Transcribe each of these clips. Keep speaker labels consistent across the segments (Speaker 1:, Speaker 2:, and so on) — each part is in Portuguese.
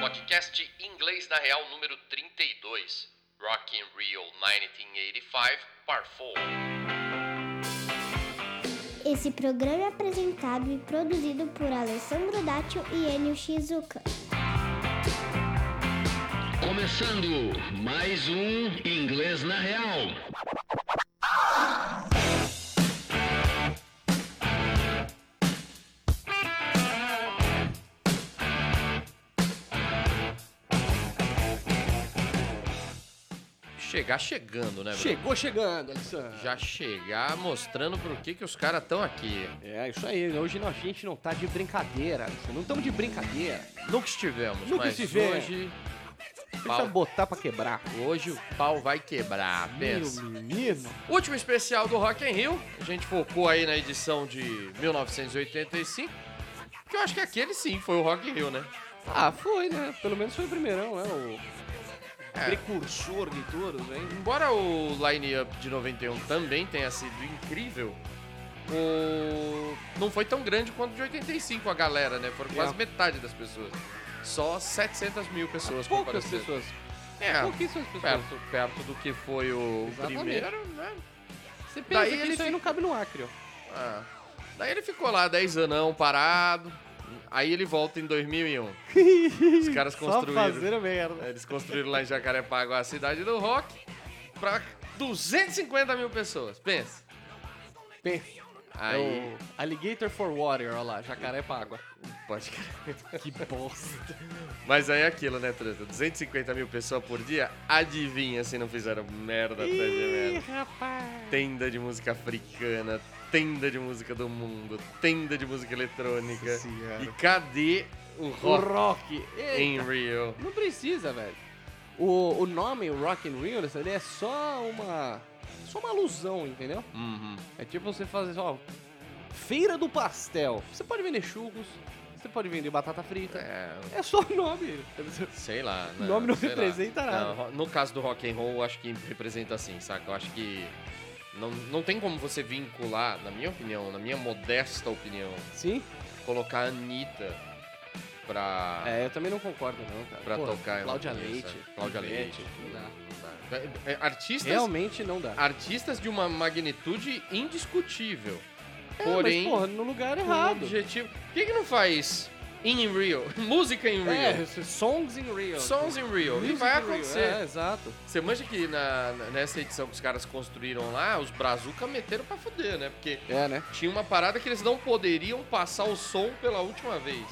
Speaker 1: Podcast Inglês na Real número 32, Rock in Rio 1985, Par 4.
Speaker 2: Esse programa é apresentado e produzido por Alessandro Dátio e Enio Shizuka.
Speaker 3: Começando mais um Inglês na Real.
Speaker 1: Chegar chegando, né, Bruno?
Speaker 4: Chegou chegando, Alessandro.
Speaker 1: Já chegar mostrando por que, que os caras estão aqui.
Speaker 4: É, isso aí. Hoje não- a gente não tá de brincadeira, Alessandro. Não estamos de brincadeira.
Speaker 1: Nunca estivemos,
Speaker 4: Nunca é.
Speaker 1: mas
Speaker 4: estivemos.
Speaker 1: hoje,
Speaker 4: Deixa
Speaker 1: pau,
Speaker 4: eu botar pra quebrar.
Speaker 1: hoje o pau vai quebrar, pensa.
Speaker 4: Meu menino.
Speaker 1: Último especial do Rock in Rio, a gente focou aí na edição de 1985, que eu acho que aquele sim foi o Rock in Rio, né?
Speaker 4: Ah, foi, né? Pelo menos foi o primeirão, né? O
Speaker 1: É.
Speaker 4: precursor de todos, hein?
Speaker 1: Embora o line-up de 91 também tenha sido incrível, o... não foi tão grande quanto de 85 a galera, né? Foram quase
Speaker 4: É.
Speaker 1: metade das pessoas. Só 700 mil pessoas
Speaker 4: Poucas
Speaker 1: compareceram.
Speaker 4: pessoas.
Speaker 1: É,
Speaker 4: Pouquíssimas pessoas.
Speaker 1: perto, perto do que foi o
Speaker 4: Exatamente.
Speaker 1: primeiro, né?
Speaker 4: Você pensa
Speaker 1: Daí
Speaker 4: que
Speaker 1: ele
Speaker 4: isso aí
Speaker 1: fica-
Speaker 4: não cabe no Acre, ó.
Speaker 1: Ah. Daí ele ficou lá 10 anão parado. Aí ele volta em 2001. Os caras
Speaker 4: Só
Speaker 1: construíram. É,
Speaker 4: fazer merda.
Speaker 1: Eles construíram lá em Jacarepaguá a cidade do rock pra 250 mil pessoas. Pensa.
Speaker 4: Bem,
Speaker 1: Aí.
Speaker 4: é o Alligator for Water, ó lá. Jacaré pra água.
Speaker 1: Pode crer.
Speaker 4: Que bosta.
Speaker 1: Mas aí é aquilo, né, Truta? 250 mil pessoas por dia, adivinha se não fizeram merda atrás Tá de
Speaker 4: Ih,
Speaker 1: merda.
Speaker 4: rapaz.
Speaker 1: Tenda de música africana, tenda de música do mundo, tenda de música eletrônica.
Speaker 4: Nossa Senhora.
Speaker 1: E cadê o
Speaker 4: O
Speaker 1: rock
Speaker 4: Rock. Ei,
Speaker 1: em Rio?
Speaker 4: Não precisa, velho. O, o nome Rock in Rio, ele é só uma só uma alusão, entendeu?
Speaker 1: Uhum.
Speaker 4: É tipo você fazer, ó, feira do pastel. Você pode vender churros, você pode vender batata frita. É,
Speaker 1: É,
Speaker 4: só o nome.
Speaker 1: sei lá. né?
Speaker 4: O nome não
Speaker 1: Sei lá.
Speaker 4: representa nada.
Speaker 1: Não, ro- no caso do rock and roll, eu acho que representa assim, saca? Eu acho que não, não tem como você vincular, na minha opinião, na minha modesta opinião,
Speaker 4: Sim?
Speaker 1: colocar a Anitta pra,
Speaker 4: É, eu também não concordo não, cara.
Speaker 1: pra
Speaker 4: Pô,
Speaker 1: tocar. em
Speaker 4: Cláudia
Speaker 1: alguém,
Speaker 4: Leite. É,
Speaker 1: sabe? Cláudia Leite.
Speaker 4: Não dá.
Speaker 1: É, é, Artistas,
Speaker 4: Realmente não dá.
Speaker 1: artistas de uma magnitude indiscutível.
Speaker 4: É,
Speaker 1: porém,
Speaker 4: mas, porra, no lugar
Speaker 1: com um
Speaker 4: errado.
Speaker 1: objetivo. Por que, que não faz In Rio? Música in Rio.
Speaker 4: É, songs in real.
Speaker 1: Songs in Rio. E
Speaker 4: Music
Speaker 1: vai
Speaker 4: in Rio,
Speaker 1: acontecer.
Speaker 4: É, exato.
Speaker 1: Você manja que na- na- nessa edição que os caras construíram lá, os brazuca meteram pra foder, né? Porque
Speaker 4: É, né?
Speaker 1: tinha uma parada que eles não poderiam passar o som pela última vez.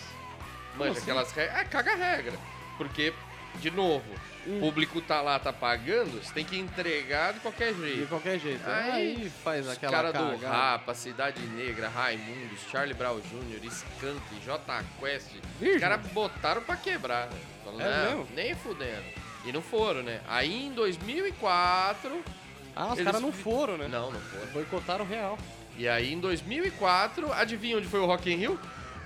Speaker 1: Manja,
Speaker 4: assim?
Speaker 1: aquelas regras. É, caga a regra. Porque, de novo, o
Speaker 4: Uhum.
Speaker 1: público tá lá, tá pagando, você tem que entregar de qualquer
Speaker 4: De
Speaker 1: jeito.
Speaker 4: qualquer jeito. né?
Speaker 1: Aí,
Speaker 4: Aí, faz
Speaker 1: Os
Speaker 4: aquela
Speaker 1: caras do
Speaker 4: cagada.
Speaker 1: Rapa, Cidade Negra, Raimundos, Charlie Brown Jr., Skank, J Quest. Os
Speaker 4: Virgem.
Speaker 1: caras botaram pra quebrar. né? Falando,
Speaker 4: É
Speaker 1: "Não,
Speaker 4: mesmo?
Speaker 1: nem fudendo. E não foram, né? Aí em 2004.
Speaker 4: Ah, os
Speaker 1: Eles
Speaker 4: caras não
Speaker 1: fi-
Speaker 4: foram, né?
Speaker 1: Não, não foram.
Speaker 4: Boicotaram o real.
Speaker 1: E aí em 2004, adivinha onde foi o Rock in Rio?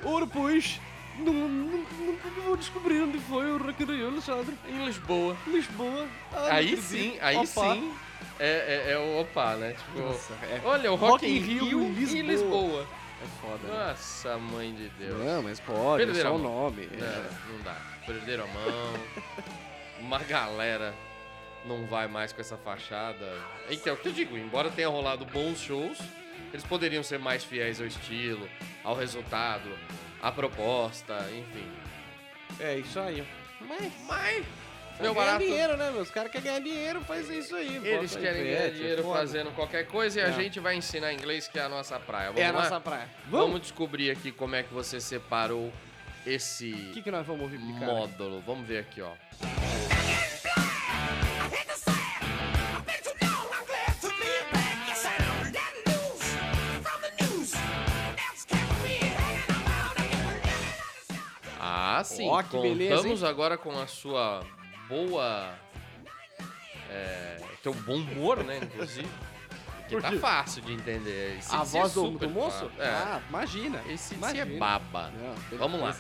Speaker 4: Ouro, pois. Não, não, nunca vou descobrir onde foi o Rock in Rio, Alexandre.
Speaker 1: Em Lisboa.
Speaker 4: Lisboa. Ah, não
Speaker 1: Aí
Speaker 4: acredito.
Speaker 1: sim, aí
Speaker 4: Opa.
Speaker 1: sim. É, é, é o opa, né? Tipo,
Speaker 4: Nossa, é.
Speaker 1: olha, o Rock, in Rio, em Lisboa.
Speaker 4: É foda, né?
Speaker 1: Nossa, mãe de Deus.
Speaker 4: Não, mas pode, é
Speaker 1: Perderam
Speaker 4: só
Speaker 1: a
Speaker 4: o
Speaker 1: mão.
Speaker 4: nome. é.
Speaker 1: É, Não, não dá. Perderam a mão. Uma galera não vai mais com essa fachada. Então, o que eu digo, embora tenha rolado bons shows, eles poderiam ser mais fiéis ao estilo, ao resultado, à proposta, enfim.
Speaker 4: É, é isso aí. Mas...
Speaker 1: Mas,
Speaker 4: Meu
Speaker 1: meu
Speaker 4: ganhar
Speaker 1: barato,
Speaker 4: dinheiro, né, meus? Os caras querem ganhar dinheiro, faz isso aí.
Speaker 1: eles
Speaker 4: bota
Speaker 1: querem
Speaker 4: aí,
Speaker 1: ganhar
Speaker 4: Fete, é
Speaker 1: dinheiro
Speaker 4: foda.
Speaker 1: fazendo qualquer coisa e a
Speaker 4: É.
Speaker 1: gente vai ensinar inglês, que é a nossa praia. Vamos
Speaker 4: É a
Speaker 1: lá?
Speaker 4: nossa praia.
Speaker 1: Vamos?
Speaker 4: Vamos?
Speaker 1: descobrir aqui como é que você separou esse
Speaker 4: O que, que nós vamos ouvir, cara?
Speaker 1: módulo. Vamos ver aqui, ó. Ah, sim.
Speaker 4: Ó, que beleza,
Speaker 1: Contamos agora com a sua boa. É, teu bom humor, né? Inclusive. Porque
Speaker 4: Por
Speaker 1: tá
Speaker 4: quê?
Speaker 1: fácil de entender. Esse-
Speaker 4: A
Speaker 1: esse é
Speaker 4: voz do,
Speaker 1: super
Speaker 4: do moço?
Speaker 1: fácil. É.
Speaker 4: Ah, imagina.
Speaker 1: esse esse é
Speaker 4: imagina.
Speaker 1: baba.
Speaker 4: Não, beleza.
Speaker 1: Vamos lá.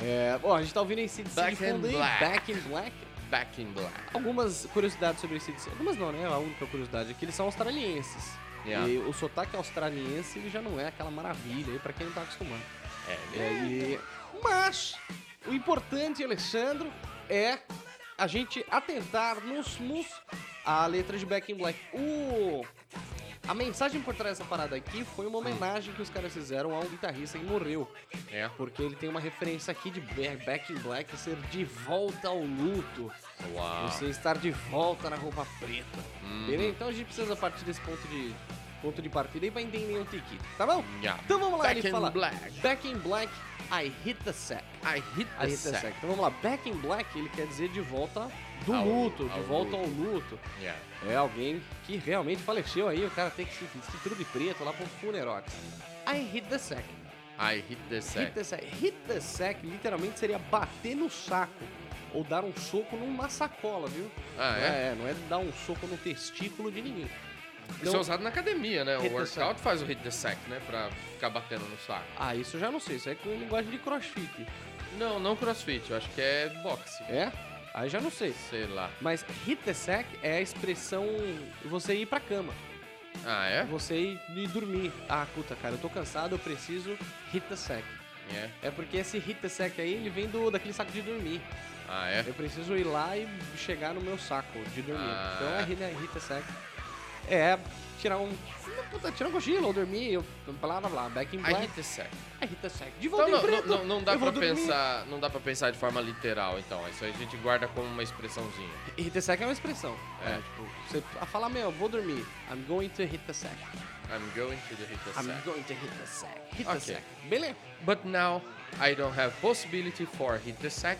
Speaker 4: É, bom, a gente tá ouvindo esse
Speaker 1: Back
Speaker 4: de
Speaker 1: in
Speaker 4: fundo aí,
Speaker 1: Black.
Speaker 4: Back in Black.
Speaker 1: Back in Black.
Speaker 4: Algumas curiosidades sobre esse Algumas não, né? A única curiosidade é que eles são australienses.
Speaker 1: Yeah.
Speaker 4: E o sotaque é australiense ele já não é aquela maravilha aí pra quem não tá acostumado.
Speaker 1: É,
Speaker 4: E aí- Mas O importante, Alexandro, é a gente atentar-nos nos, à letra de Back in Black. O... A mensagem por trás dessa parada aqui foi uma homenagem que os caras fizeram a um guitarrista que morreu.
Speaker 1: É.
Speaker 4: Porque ele tem uma referência aqui de Ba- Back in Black ser de volta ao luto.
Speaker 1: Uau.
Speaker 4: Você estar de volta na roupa preta.
Speaker 1: Hum.
Speaker 4: Beleza? Então a gente precisa partir desse ponto de, ponto de partida e vai entender um tique. Tá bom?
Speaker 1: Yeah.
Speaker 4: Então vamos lá,
Speaker 1: Back
Speaker 4: ele
Speaker 1: in
Speaker 4: fala.
Speaker 1: black.
Speaker 4: Back in black, I hit the sack.
Speaker 1: I hit the
Speaker 4: I hit the
Speaker 1: sack.
Speaker 4: sack. Então vamos lá, back in black ele quer dizer de volta do
Speaker 1: Ao-
Speaker 4: luto, de
Speaker 1: ao
Speaker 4: volta
Speaker 1: luto.
Speaker 4: ao luto.
Speaker 1: Yeah.
Speaker 4: É alguém que realmente faleceu aí, o cara tem que se vestir tudo de preto lá pro funerox. I hit the sack.
Speaker 1: I hit the sack.
Speaker 4: Hit the sack. Hit the sack literalmente seria bater no saco ou dar um soco numa sacola, viu?
Speaker 1: Ah, é?
Speaker 4: é, não é dar um soco no testículo de ninguém.
Speaker 1: Isso é
Speaker 4: Então-
Speaker 1: usado na academia, né? O
Speaker 4: Hit the
Speaker 1: workout faz o hit the sack, né? Pra ficar batendo no saco.
Speaker 4: Ah, isso eu já não sei, isso é com linguagem de crossfit.
Speaker 1: Não, não crossfit, eu acho que é boxe.
Speaker 4: É? Aí já não sei.
Speaker 1: Sei lá.
Speaker 4: Mas hit the sack é a expressão você ir pra cama,
Speaker 1: Ah, é?
Speaker 4: você ir, ir dormir. Ah, puta, cara, eu tô cansado, eu preciso hit the sack.
Speaker 1: É.
Speaker 4: É porque esse hit the sack aí, ele vem do, daquele saco de dormir.
Speaker 1: Ah, é?
Speaker 4: Eu preciso ir lá e chegar no meu saco de dormir.
Speaker 1: Ah.
Speaker 4: Então é hit, the- hit the sack. É tirar um... Puta, tirar um cochilo ou dormir, eu, blá blá blá, back in
Speaker 1: I
Speaker 4: black.
Speaker 1: hit the sack.
Speaker 4: É Rita Seck. De
Speaker 1: Então
Speaker 4: volta
Speaker 1: não,
Speaker 4: em preto.
Speaker 1: não, não- não dá
Speaker 4: eu vou
Speaker 1: pra
Speaker 4: dormir.
Speaker 1: pensar. Não dá pra pensar de forma literal, então. Isso aí a gente guarda como uma expressãozinha.
Speaker 4: Rita Seck é uma expressão.
Speaker 1: É.
Speaker 4: É. tipo, você a falar, meu, vou dormir. I'm going to hit the sack.
Speaker 1: É. I'm going to the hit the
Speaker 4: I'm
Speaker 1: sack.
Speaker 4: going to hit the sack. Hit
Speaker 1: Ok.
Speaker 4: the sack. Beleza.
Speaker 1: But now I don't have possibility for hit the sack.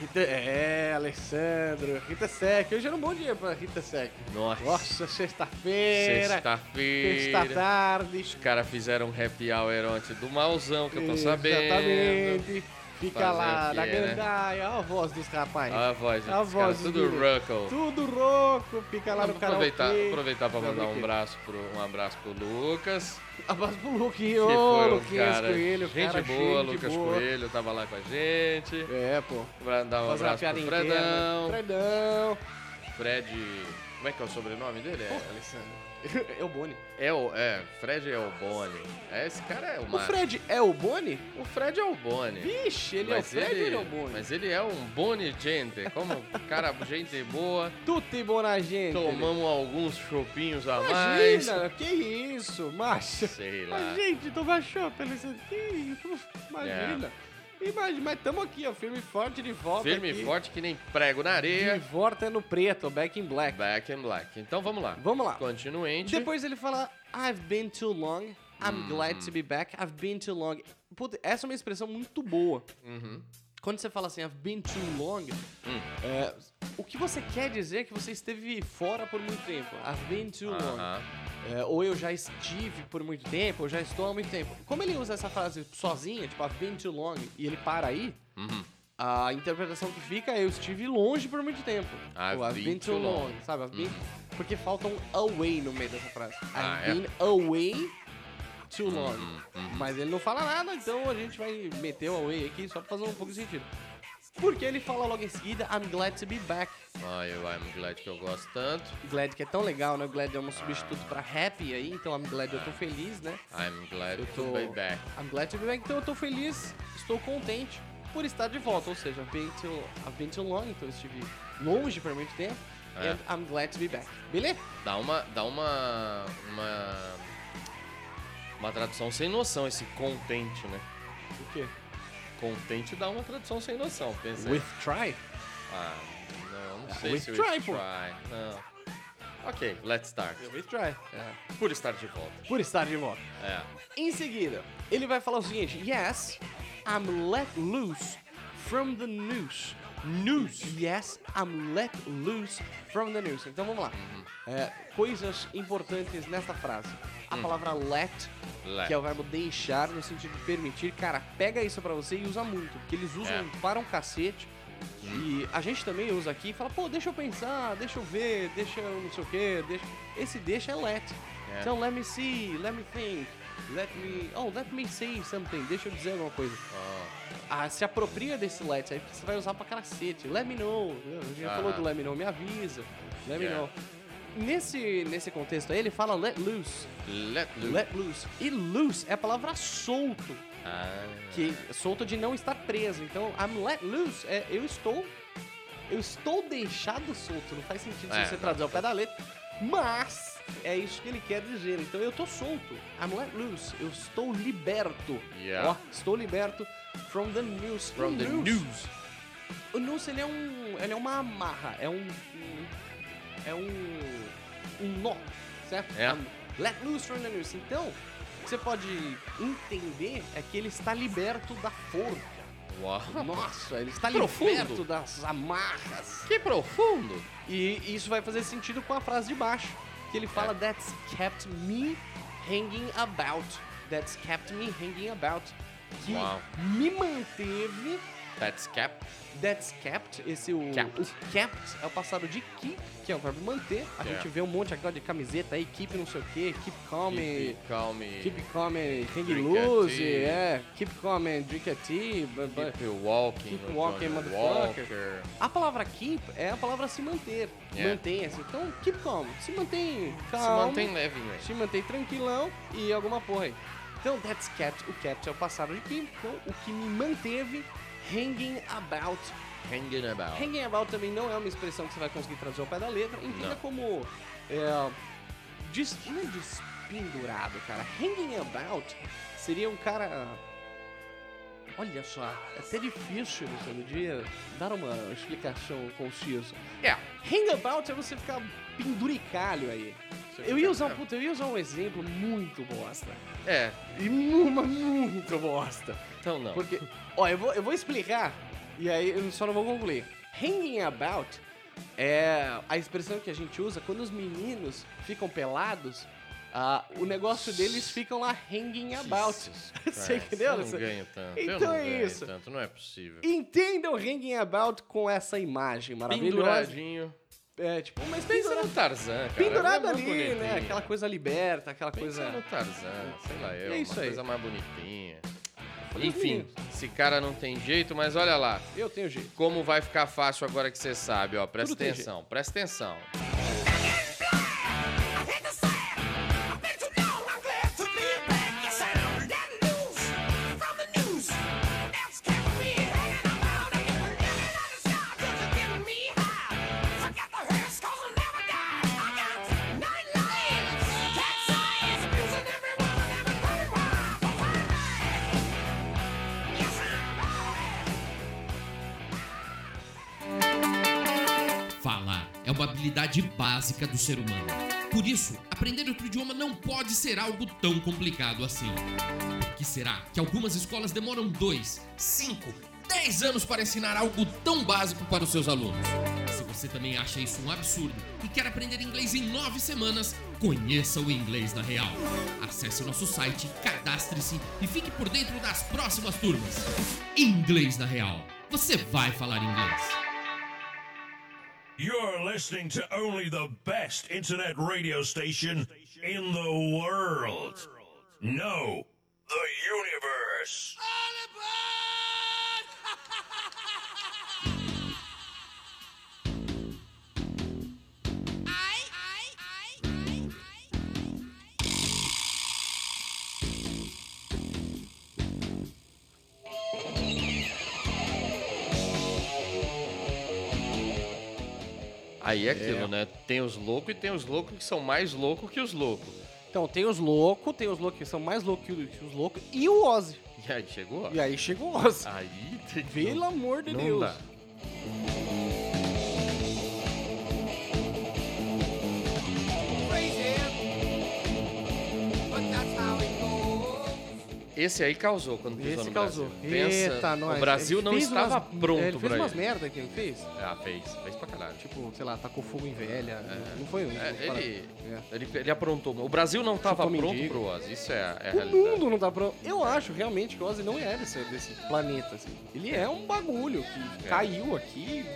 Speaker 4: Hit the... É, Alessandro. Rita Seck. Hoje era um bom dia pra Rita Seck.
Speaker 1: Nossa.
Speaker 4: Nossa, sexta-feira.
Speaker 1: Sexta-feira.
Speaker 4: Sexta-tarde.
Speaker 1: Os caras fizeram um happy hour ontem do malzão, que eu tô sabendo.
Speaker 4: Exatamente. Fica
Speaker 1: Fazer
Speaker 4: lá
Speaker 1: o
Speaker 4: na
Speaker 1: quê, né?
Speaker 4: gandaia. Olha a voz dos rapazes.
Speaker 1: Olha a voz,
Speaker 4: Olha a
Speaker 1: dos caras,
Speaker 4: voz
Speaker 1: tudo
Speaker 4: do-
Speaker 1: ruckle.
Speaker 4: Tudo rouco. Fica lá no
Speaker 1: Vamos
Speaker 4: canal.
Speaker 1: aproveitar, aproveitar pra
Speaker 4: Não,
Speaker 1: mandar um
Speaker 4: brinquedo.
Speaker 1: abraço pro, um abraço pro Lucas.
Speaker 4: Abraço pro Luque,
Speaker 1: que
Speaker 4: ô,
Speaker 1: foi um
Speaker 4: Luquinhas Coelho,
Speaker 1: gente
Speaker 4: cara
Speaker 1: boa,
Speaker 4: cheio de
Speaker 1: Lucas
Speaker 4: boa.
Speaker 1: Coelho, tava lá com a gente.
Speaker 4: É, pô.
Speaker 1: Pra dar um
Speaker 4: Fazer uma
Speaker 1: abraço
Speaker 4: piada
Speaker 1: pro
Speaker 4: interna.
Speaker 1: Fredão.
Speaker 4: Fredão.
Speaker 1: Fred. Como é que é o sobrenome dele?
Speaker 4: Pô,
Speaker 1: É,
Speaker 4: Alessandro. É o Boni.
Speaker 1: é, o- é Fred Elboni. É, esse cara é o
Speaker 4: O
Speaker 1: máximo.
Speaker 4: Fred é o Boni?
Speaker 1: O Fred Elboni.
Speaker 4: Vixe, ele é o Fred ou ele é o Boni?
Speaker 1: Mas ele é um boni gente. Como cara, gente boa.
Speaker 4: Tudo e bom na gente.
Speaker 1: Tomamos alguns chopinhos a
Speaker 4: ele.
Speaker 1: mais.
Speaker 4: Imagina, que isso, macho.
Speaker 1: Sei lá.
Speaker 4: A gente toma chopp, Alessandro. Que isso, Imagina. Imagina, mas tamo aqui, ó, firme e forte de volta
Speaker 1: É. Firme
Speaker 4: aqui.
Speaker 1: e forte que nem prego na
Speaker 4: De
Speaker 1: areia.
Speaker 4: volta é no preto, back in black.
Speaker 1: Back and black. Então vamos lá.
Speaker 4: Vamos lá.
Speaker 1: Continuente.
Speaker 4: Depois ele fala, I've been too long,
Speaker 1: Hum.
Speaker 4: I'm glad to be back, I've been too long. Puta, essa é uma expressão muito boa.
Speaker 1: Uhum. Hum.
Speaker 4: Quando você fala assim, I've been too long, é, o que você quer dizer é que você esteve fora por muito tempo. I've been too long.
Speaker 1: Aham.
Speaker 4: É, ou eu já estive por muito tempo, eu já estou há muito tempo. Como ele usa essa frase sozinha, tipo, I've been too long, e ele para aí,
Speaker 1: Uhum.
Speaker 4: a interpretação que fica é eu estive longe por muito tempo.
Speaker 1: I've
Speaker 4: Ou,
Speaker 1: been too long. Uhum.
Speaker 4: sabe? I've been... Porque falta um away no meio dessa frase.
Speaker 1: Ah,
Speaker 4: I've
Speaker 1: é? Uhum,
Speaker 4: been away too long. Mas ele não fala nada, então a gente vai meter o away aqui só pra fazer um pouco de sentido. Porque ele fala logo em seguida, I'm glad to be back.
Speaker 1: Ai, eu I'm glad que eu gosto tanto.
Speaker 4: Glad que é tão legal, né? Glad é um substituto pra happy aí, então I'm glad eu tô feliz, né?
Speaker 1: I'm glad
Speaker 4: Eu
Speaker 1: to
Speaker 4: tô-
Speaker 1: be back.
Speaker 4: I'm glad to be back, então eu tô feliz, estou contente por estar de volta. Ou seja, I've been too, I've been too long, então eu estive longe por muito tempo.
Speaker 1: É.
Speaker 4: And I'm glad to be back. Beleza?
Speaker 1: Dá uma. Dá uma. Uma. Uma tradução sem noção, esse contente, né?
Speaker 4: O quê?
Speaker 1: Contente dá uma tradução sem noção. Pensa aí.
Speaker 4: With try?
Speaker 1: Ah, não, não
Speaker 4: Ah,
Speaker 1: sei
Speaker 4: with
Speaker 1: se
Speaker 4: try,
Speaker 1: with
Speaker 4: pô.
Speaker 1: try. Não. Ok, let's start.
Speaker 4: With try. É.
Speaker 1: Por estar de volta.
Speaker 4: Por estar de volta.
Speaker 1: É.
Speaker 4: Em seguida, ele vai falar o seguinte: Yes, I'm let loose from the news. News. Yes, I'm let loose from the news. Então vamos lá.
Speaker 1: Uhum.
Speaker 4: É, coisas importantes nesta frase. A palavra let
Speaker 1: Let.
Speaker 4: Que é o verbo deixar no sentido de permitir. Cara, pega isso pra você e usa muito. Porque eles usam
Speaker 1: É. Uhum.
Speaker 4: para um cacete. E a gente também usa aqui e fala, pô, deixa eu pensar, deixa eu ver, deixa eu não sei o quê. Deixa... Esse deixa é let.
Speaker 1: É.
Speaker 4: Então, let me see, let me think, let me. Oh, let me say something, deixa eu dizer alguma coisa.
Speaker 1: Ah,
Speaker 4: Ah, se apropria desse let aí, porque você vai usar pra cacete. Let me know. Já
Speaker 1: Aham. É.
Speaker 4: falou do let me know, me avisa. Let me
Speaker 1: Yeah.
Speaker 4: know. Nesse, nesse contexto aí, ele fala let loose.
Speaker 1: let loose.
Speaker 4: Let loose. E loose é a palavra solto.
Speaker 1: Ah,
Speaker 4: que solta de não estar preso. Então, I'm let loose é eu estou eu estou deixado solto. Não faz sentido
Speaker 1: É,
Speaker 4: se você
Speaker 1: não.
Speaker 4: traduzir ao pé da letra, mas é isso que ele quer dizer. Então, eu estou solto. I'm let loose. Eu estou liberto.
Speaker 1: Yeah.
Speaker 4: Ó, estou liberto from the news.
Speaker 1: from
Speaker 4: O
Speaker 1: the
Speaker 4: news.
Speaker 1: news.
Speaker 4: O news ele é um ele é uma amarra, é um um- é um um nó, certo?
Speaker 1: É.
Speaker 4: Um, let loose from the news. Então, o que você pode entender é que ele está liberto da forca.
Speaker 1: Uau.
Speaker 4: Nossa, ele está
Speaker 1: Profundo.
Speaker 4: liberto das amarras.
Speaker 1: Que profundo.
Speaker 4: E isso vai fazer sentido com a frase de baixo, que ele
Speaker 1: É.
Speaker 4: fala that's kept me hanging about. That's kept me hanging about. Que
Speaker 1: Uau.
Speaker 4: me manteve
Speaker 1: That's cap.
Speaker 4: That's kept, esse o
Speaker 1: Kept.
Speaker 4: o kept é o passado de keep, que é o verbo manter. A
Speaker 1: Yeah.
Speaker 4: gente vê um monte agora de camiseta aí, keep não sei o que, keep calm,
Speaker 1: Keep
Speaker 4: keep,
Speaker 1: it calm. Keep,
Speaker 4: calm, hang
Speaker 1: Drink a
Speaker 4: loose,
Speaker 1: tea.
Speaker 4: é, keep calm, drink a tea. bu- bu-
Speaker 1: it walking.
Speaker 4: keep
Speaker 1: no
Speaker 4: walking,
Speaker 1: Johnny
Speaker 4: motherfucker.
Speaker 1: Walker.
Speaker 4: A palavra keep é a palavra se manter,
Speaker 1: Yeah.
Speaker 4: mantenha-se. Então, keep calm, se mantém
Speaker 1: É. Se
Speaker 4: calmo,
Speaker 1: mantém leve, velho.
Speaker 4: se mantém tranquilão e alguma porra aí. Então, that's kept, o kept é o passado de keep, então o que me manteve hanging about
Speaker 1: Hanging about.
Speaker 4: Hanging about também não é uma expressão que você vai conseguir traduzir ao pé da letra. Entenda
Speaker 1: Não.
Speaker 4: como. É, des, não é despendurado, cara. Hanging about seria um cara. Olha só, é até difícil no seu dia dar uma explicação concisa.
Speaker 1: É.
Speaker 4: Hangabout é você ficar penduricalho aí.
Speaker 1: Você
Speaker 4: Eu
Speaker 1: fica-
Speaker 4: ia usar, um- puta, eu ia usar um exemplo muito bosta.
Speaker 1: É.
Speaker 4: E uma muito bosta.
Speaker 1: Então não.
Speaker 4: Porque, ó, eu vou, eu vou explicar e aí eu só não vou concluir. Hanging about é a expressão que a gente usa quando os meninos ficam pelados, ah, o negócio deles ficam lá hanging about.
Speaker 1: Jesus
Speaker 4: Você
Speaker 1: Christ,
Speaker 4: entendeu?
Speaker 1: Eu não
Speaker 4: Você-
Speaker 1: ganho tanto. eu
Speaker 4: Então
Speaker 1: não
Speaker 4: é
Speaker 1: ganho
Speaker 4: isso.
Speaker 1: tanto. Não é possível.
Speaker 4: Entendam hanging about com essa imagem maravilhosa.
Speaker 1: Penduradinho.
Speaker 4: É, tipo, mas
Speaker 1: Pensa
Speaker 4: pensa
Speaker 1: no Tarzan, cara.
Speaker 4: pendurado
Speaker 1: Ele é muito
Speaker 4: ali, né?
Speaker 1: bonitinho.
Speaker 4: Aquela coisa liberta, aquela
Speaker 1: Pensa
Speaker 4: coisa.
Speaker 1: no Tarzan, sei lá eu,
Speaker 4: É isso
Speaker 1: uma
Speaker 4: aí.
Speaker 1: coisa mais bonitinha.
Speaker 4: Falei,
Speaker 1: Enfim, esse cara não tem jeito, mas olha lá.
Speaker 4: Eu tenho jeito.
Speaker 1: Como vai ficar fácil agora que você sabe, ó. Presta
Speaker 4: Tudo tem
Speaker 1: atenção, presta atenção.
Speaker 5: Falar é uma habilidade básica do ser humano. Por isso, aprender outro idioma não pode ser algo tão complicado assim. Por que será que algumas escolas demoram dois, cinco, dez anos para ensinar algo tão básico para os seus alunos? Se você também acha isso um absurdo e quer aprender inglês em nove semanas, conheça o Inglês na Real. Acesse nosso site, cadastre-se e fique por dentro das próximas turmas. Inglês na Real. Você vai falar inglês.
Speaker 6: You're listening to only the best internet radio station in the world. No, the universe.
Speaker 1: Aí é aquilo, né? Tem os loucos e tem os loucos que são mais loucos que os loucos.
Speaker 4: Então, tem os loucos, tem os loucos que são mais loucos que os loucos, e o Ozzy.
Speaker 1: E aí chegou, ó.
Speaker 4: E aí chega o Ozzy.
Speaker 1: Aí tem que.
Speaker 4: Pelo amor de Deus.
Speaker 1: dá. Esse aí causou quando pisou
Speaker 4: Esse
Speaker 1: no
Speaker 4: causou.
Speaker 1: Brasil. Pensa,
Speaker 4: Eita, nós.
Speaker 1: O Brasil
Speaker 4: Ele
Speaker 1: não
Speaker 4: fez
Speaker 1: estava
Speaker 4: umas- é,
Speaker 1: pronto
Speaker 4: Ele fez
Speaker 1: pra
Speaker 4: umas
Speaker 1: isso.
Speaker 4: merda que ele fez.
Speaker 1: Ah, fez. Fez pra caralho.
Speaker 4: Tipo, sei lá, tacou fogo em velha. Não foi um.
Speaker 1: É,
Speaker 4: cara.
Speaker 1: ele,
Speaker 4: É.
Speaker 1: ele, ele aprontou. O Brasil não estava
Speaker 4: Chutou
Speaker 1: pronto
Speaker 4: mendigo.
Speaker 1: pro Oz. Isso é, a- é a
Speaker 4: O
Speaker 1: realidade.
Speaker 4: mundo não tá pronto. Eu acho realmente que o Ozzy não é desse, desse planeta, assim. Ele é um bagulho que
Speaker 1: É.
Speaker 4: caiu aqui.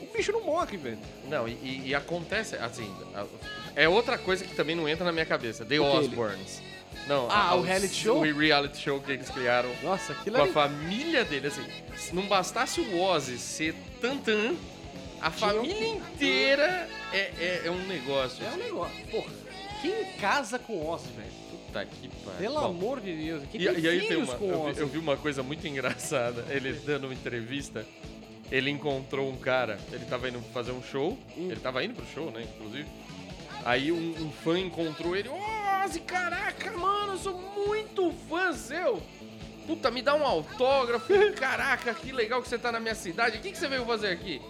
Speaker 4: O bicho não morre, velho.
Speaker 1: Não, e- e, e acontece, assim, a- é outra coisa que também não entra na minha cabeça. The
Speaker 4: O que ele-
Speaker 1: Osbournes. Não,
Speaker 4: Ah,
Speaker 1: a-
Speaker 4: o
Speaker 1: os-
Speaker 4: reality show?
Speaker 1: O reality show que eles criaram
Speaker 4: Nossa, aquilo
Speaker 1: com a
Speaker 4: ali.
Speaker 1: família dele, assim. Se não bastasse o Ozzy ser tantan, a família inteira é, é, é um negócio.
Speaker 4: É um
Speaker 1: assim.
Speaker 4: negócio. Porra, quem casa com o Ozzy, velho?
Speaker 1: Puta que pariu.
Speaker 4: Pelo
Speaker 1: Tá É, Bom,
Speaker 4: amor de Deus, que
Speaker 1: E, e aí tem uma,
Speaker 4: com
Speaker 1: eu, vi, eu vi uma coisa muito engraçada. Ele dando uma entrevista, ele encontrou um cara. Ele tava indo fazer um show.
Speaker 4: Hum.
Speaker 1: Ele tava indo pro show, né? Inclusive. Aí um, um fã encontrou ele. Ô, Ozzy, caraca, mano, eu sou muito fã seu. Puta, me dá um autógrafo. Caraca, que legal que você tá na minha cidade. O que, que você veio fazer aqui?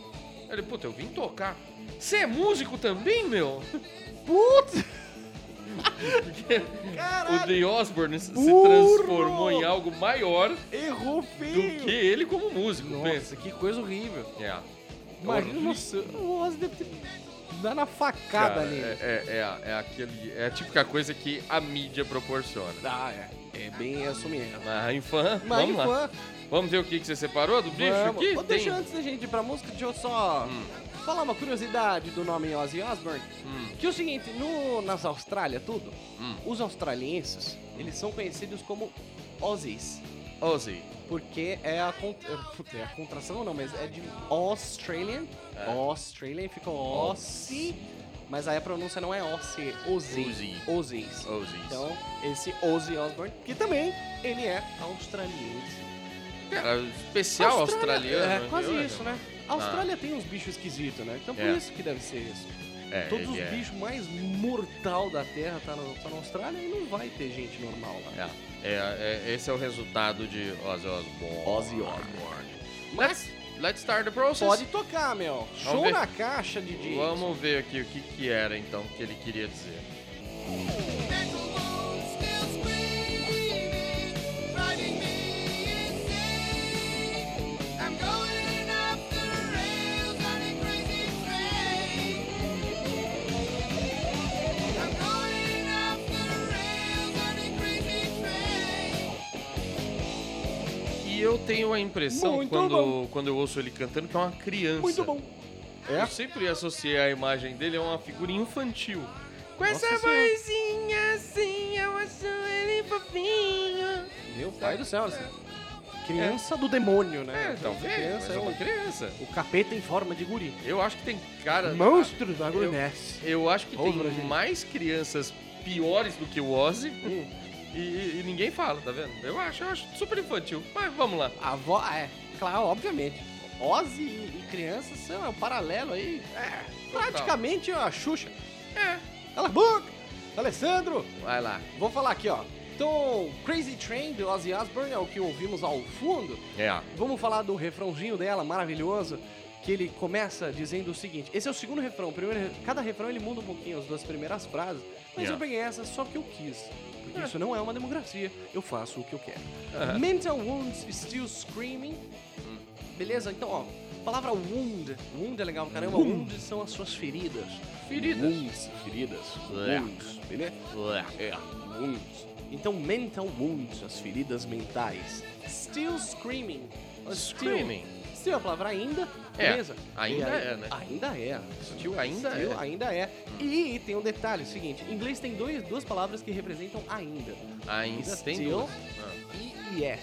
Speaker 1: Ele, puta, eu vim tocar. Você é músico também, meu?
Speaker 4: Putz!
Speaker 1: o The Osborne se
Speaker 4: Burro!
Speaker 1: transformou em algo maior
Speaker 4: Errou
Speaker 1: do
Speaker 4: feio!
Speaker 1: que ele como músico, pensa.
Speaker 4: Nossa, que coisa horrível.
Speaker 1: É.
Speaker 4: Imagina
Speaker 1: Horrível.
Speaker 4: nossa, o Ozzy deve ter dado na facada
Speaker 1: Cara,
Speaker 4: nele.
Speaker 1: é, é, é, a- é aquele. É a típica coisa que a mídia proporciona.
Speaker 4: Ah, é. É bem isso mesmo.
Speaker 1: Na Rainfan,
Speaker 4: Mas
Speaker 1: vamos lá. Vamos ver o que, que você separou do bicho
Speaker 4: Vamos.
Speaker 1: aqui?
Speaker 4: Ô,
Speaker 1: Tem- Hum.
Speaker 4: deixa antes da gente ir pra música, deixa eu só falar uma curiosidade do nome Ozzy Osbourne. Que é o seguinte, no, nas Austrália, tudo,
Speaker 1: Hum.
Speaker 4: os australienses, eles são conhecidos como Aussies.
Speaker 1: Ozzy.
Speaker 4: Porque é a, con- é, puta, é a contração não, mas é de Australian.
Speaker 1: É.
Speaker 4: Australian, ficou Aussie, mas aí a pronúncia não é Aussie, é Ozzy.
Speaker 1: Ozzy.
Speaker 4: Aussies.
Speaker 1: Ozzy.
Speaker 4: Então, esse Ozzy Osbourne, que também, ele é australiense.
Speaker 1: Cara, É, especial australiano.
Speaker 4: É, quase
Speaker 1: viu? Ah.
Speaker 4: isso, né? A Austrália tem uns bichos esquisitos, né? Então por
Speaker 1: É.
Speaker 4: isso que deve ser isso.
Speaker 1: É,
Speaker 4: Todos os
Speaker 1: ele é.
Speaker 4: bichos mais mortal da Terra tá, no- tá na Austrália e não vai ter gente normal lá.
Speaker 1: É, é, é, esse é o resultado de Ozzy Osbourne.
Speaker 4: Ozzy Osbourne.
Speaker 1: Let's, let's start the process.
Speaker 4: Pode tocar, meu. Show
Speaker 1: ver.
Speaker 4: na caixa, Didi.
Speaker 1: Vamos ver aqui o que, que era então que ele queria dizer. E eu tenho a impressão
Speaker 4: Muito
Speaker 1: quando,
Speaker 4: bom.
Speaker 1: quando eu ouço ele cantando que é uma criança.
Speaker 4: Muito bom. É?
Speaker 1: Eu sempre associei a imagem dele a uma figura infantil. Com essa
Speaker 4: Senhora.
Speaker 1: vozinha assim, eu acho ele fofinho.
Speaker 4: Meu pai do céu, assim. Criança do demônio, né?
Speaker 1: É, talvez, mas
Speaker 4: Criança,
Speaker 1: é
Speaker 4: é
Speaker 1: uma
Speaker 4: o,
Speaker 1: criança.
Speaker 4: o capeta em forma de guri.
Speaker 1: Eu acho que tem cara...
Speaker 4: Monstro da
Speaker 1: eu-
Speaker 4: Gruness.
Speaker 1: Eu acho que
Speaker 4: Ô,
Speaker 1: tem
Speaker 4: Brasil.
Speaker 1: mais crianças piores do que o Ozzy. E, e ninguém fala, tá vendo? Eu acho, eu acho super infantil. Mas vamos lá.
Speaker 4: A avó, é, claro, obviamente. Ozzy e e crianças são um paralelo aí. É, praticamente a Xuxa.
Speaker 1: É.
Speaker 4: Cala a boca! Alessandro,
Speaker 1: Vai lá.
Speaker 4: vou falar aqui, ó. Então, Crazy Train do Ozzy Osbourne é o que ouvimos ao fundo.
Speaker 1: É.
Speaker 4: Vamos falar do refrãozinho dela, maravilhoso, que ele começa dizendo o seguinte. Esse é o segundo refrão. O primeiro, re- cada refrão ele muda um pouquinho as duas primeiras frases. Mas
Speaker 1: Yeah.
Speaker 4: eu peguei essa só que eu quis. Porque isso não é uma democracia. Eu faço o que eu quero. Mental wounds still screaming. Beleza? Então, ó. Palavra wound. Wound é legal, caramba. Wound, são as suas feridas.
Speaker 1: Feridas.
Speaker 4: Wounds. Feridas. Wounds. Beleza? É, wounds. Então, mental wounds, as feridas mentais. Still screaming. Still-
Speaker 1: Screaming.
Speaker 4: Still é a palavra ainda,
Speaker 1: É,
Speaker 4: beleza?
Speaker 1: ainda
Speaker 4: E aí-
Speaker 1: é, né?
Speaker 4: Ainda é. Still
Speaker 1: ainda
Speaker 4: still
Speaker 1: é.
Speaker 4: ainda é. E tem um detalhe, o seguinte, em inglês tem dois, duas palavras que representam ainda.
Speaker 1: Ainda tem
Speaker 4: Still.
Speaker 1: duas. Ah.
Speaker 4: E yet.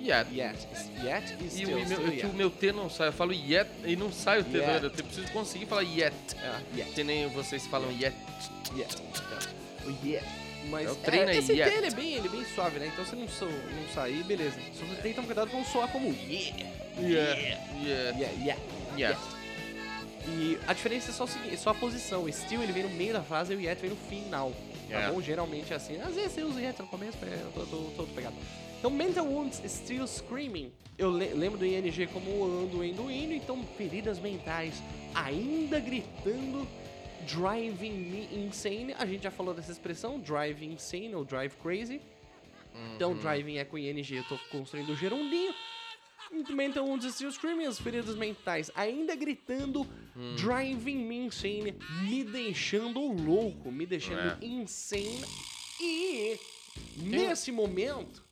Speaker 1: Yet.
Speaker 4: Yet. Yet e
Speaker 1: E
Speaker 4: still.
Speaker 1: o, e meu-
Speaker 4: still
Speaker 1: é que
Speaker 4: yet.
Speaker 1: o meu T não sai. Eu falo yet e não sai o T.
Speaker 4: Yet.
Speaker 1: né? Eu preciso conseguir falar yet.
Speaker 4: É, yet.
Speaker 1: Que nem vocês falam yet.
Speaker 4: Yeah. O yeah. Mas
Speaker 1: É o treino aí,
Speaker 4: esse
Speaker 1: yeah.
Speaker 4: T ele é, bem, ele é bem suave, né? Então se não, sou, não sair, beleza. Só que tem que tomar cuidado pra não soar como yeah.
Speaker 1: Yet.
Speaker 4: Yeah, yeah.
Speaker 1: Yet.
Speaker 4: E a diferença é só, o seguinte, é só a posição. O still ele vem no meio da frase e o yet vem no final.
Speaker 1: É.
Speaker 4: Tá bom? Geralmente é assim. Às vezes você usa o yet no começo, mas eu tô, tô, tô, pegado. Então, mental wounds still screaming. Eu le- lembro do ING como ando, endo, indo. Então, feridas mentais ainda gritando. Driving me insane. A gente já falou dessa expressão, drive insane ou drive crazy. Então, driving é com ING, eu tô construindo o gerundinho. um Mental Wounds Still Screaming, as feridas mentais ainda gritando, driving me insane, me deixando louco, me deixando
Speaker 1: É.
Speaker 4: insane. E nesse momento,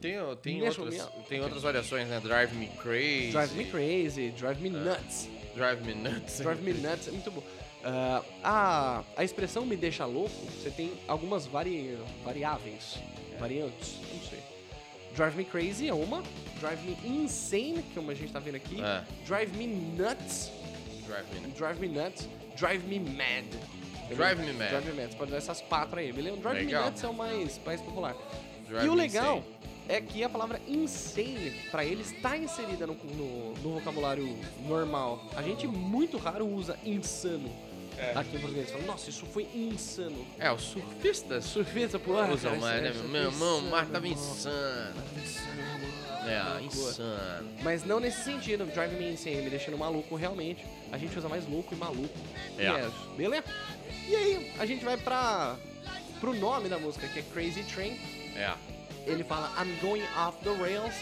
Speaker 1: Tem, tem,
Speaker 4: Nesse
Speaker 1: outras,
Speaker 4: momento.
Speaker 1: tem outras variações, né? Drive Me Crazy.
Speaker 4: drive me crazy, drive me nuts,
Speaker 1: Drive Me Nuts.
Speaker 4: drive me nuts, é muito bom. Ah, a, a expressão me deixa louco, você tem algumas vari, variáveis, variantes, não sei. Drive me crazy é uma, drive me insane, que é uma que a gente tá vendo aqui,
Speaker 1: É.
Speaker 4: drive me nuts,
Speaker 1: Drive Me Nuts.
Speaker 4: Drive Me Nuts, Drive Me Mad.
Speaker 1: Drive Me Mad.
Speaker 4: Drive Me Mad. Você pode dar essas quatro aí. Me lembro, Drive
Speaker 1: Legal.
Speaker 4: Me Mad é o mais, mais popular.
Speaker 1: Drive
Speaker 4: e o
Speaker 1: Me
Speaker 4: legal
Speaker 1: Insane.
Speaker 4: é que a palavra insane, pra ele, está inserida no, no- no vocabulário normal. A gente muito raro usa insano aqui em português. Fala, nossa, isso foi insano.
Speaker 1: É, os surfistas
Speaker 4: Surfista, porra.
Speaker 1: usam
Speaker 4: cara,
Speaker 1: mais, né?
Speaker 4: isso- isso
Speaker 1: Meu irmão, o mar
Speaker 4: insano,
Speaker 1: tava
Speaker 4: mano.
Speaker 1: insano. É, insano.
Speaker 4: Mas não nesse sentido, Drive Me Insane, me deixando maluco realmente. A gente usa mais louco e maluco.
Speaker 1: É.
Speaker 4: Yes, beleza? E aí, a gente vai pra, pro nome da música, que é Crazy Train.
Speaker 1: É.
Speaker 4: Ele fala, I'm going off the rails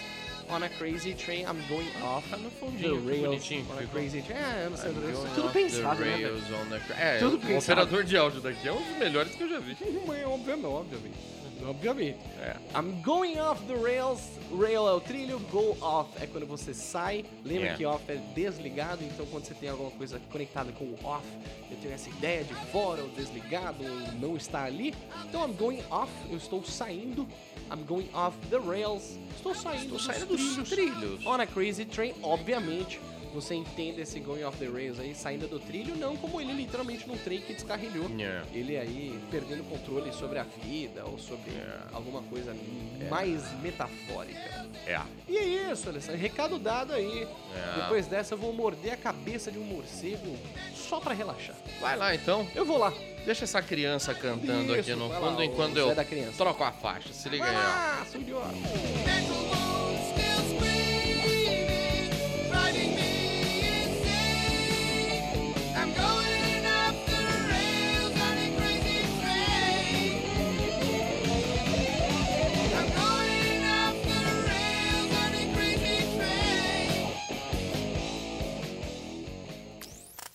Speaker 4: on a crazy train, I'm going off
Speaker 1: Tá no
Speaker 4: the
Speaker 1: fundinho, que
Speaker 4: rails
Speaker 1: bonitinho. que
Speaker 4: on a
Speaker 1: ficou.
Speaker 4: crazy train. É, eu não sei,
Speaker 1: I'm
Speaker 4: eu
Speaker 1: going
Speaker 4: sou tudo
Speaker 1: off the
Speaker 4: pensado, né? velho?
Speaker 1: rails on the cra- É,
Speaker 4: Tudo
Speaker 1: o
Speaker 4: pensado.
Speaker 1: operador de áudio daqui é um dos melhores que eu já vi.
Speaker 4: Mas, Obviamente, obviamente. Obviamente.
Speaker 1: É.
Speaker 4: I'm going off the rails. Rail é o trilho, go off é quando você sai. Lembra
Speaker 1: É.
Speaker 4: que off é desligado, então quando você tem alguma coisa conectada com o off, eu tenho essa ideia de fora, ou desligado, ou não está ali. Então I'm going off, eu estou saindo. I'm going off the rails. Estou saindo,
Speaker 1: Estou
Speaker 4: dos,
Speaker 1: saindo
Speaker 4: trilhos.
Speaker 1: dos trilhos.
Speaker 4: On a crazy train, obviamente. Você entende esse going off the rails aí, saindo do trilho, não como ele literalmente num trem que descarrilhou
Speaker 1: Yeah.
Speaker 4: ele aí perdendo controle sobre a vida ou sobre
Speaker 1: É.
Speaker 4: alguma coisa mais metafórica.
Speaker 1: É.
Speaker 4: E é isso, Alessandro. Recado dado aí.
Speaker 1: É.
Speaker 4: Depois dessa eu vou morder a cabeça de um morcego só pra relaxar.
Speaker 1: Vai lá então.
Speaker 4: Eu vou lá.
Speaker 1: Deixa essa criança cantando
Speaker 4: Isso,
Speaker 1: aqui no
Speaker 4: vai lá,
Speaker 1: fundo
Speaker 4: o
Speaker 1: enquanto
Speaker 4: Zé
Speaker 1: eu
Speaker 4: da criança.
Speaker 1: troco a faixa. Se liga aí, ó.
Speaker 4: Ah, sou idiota.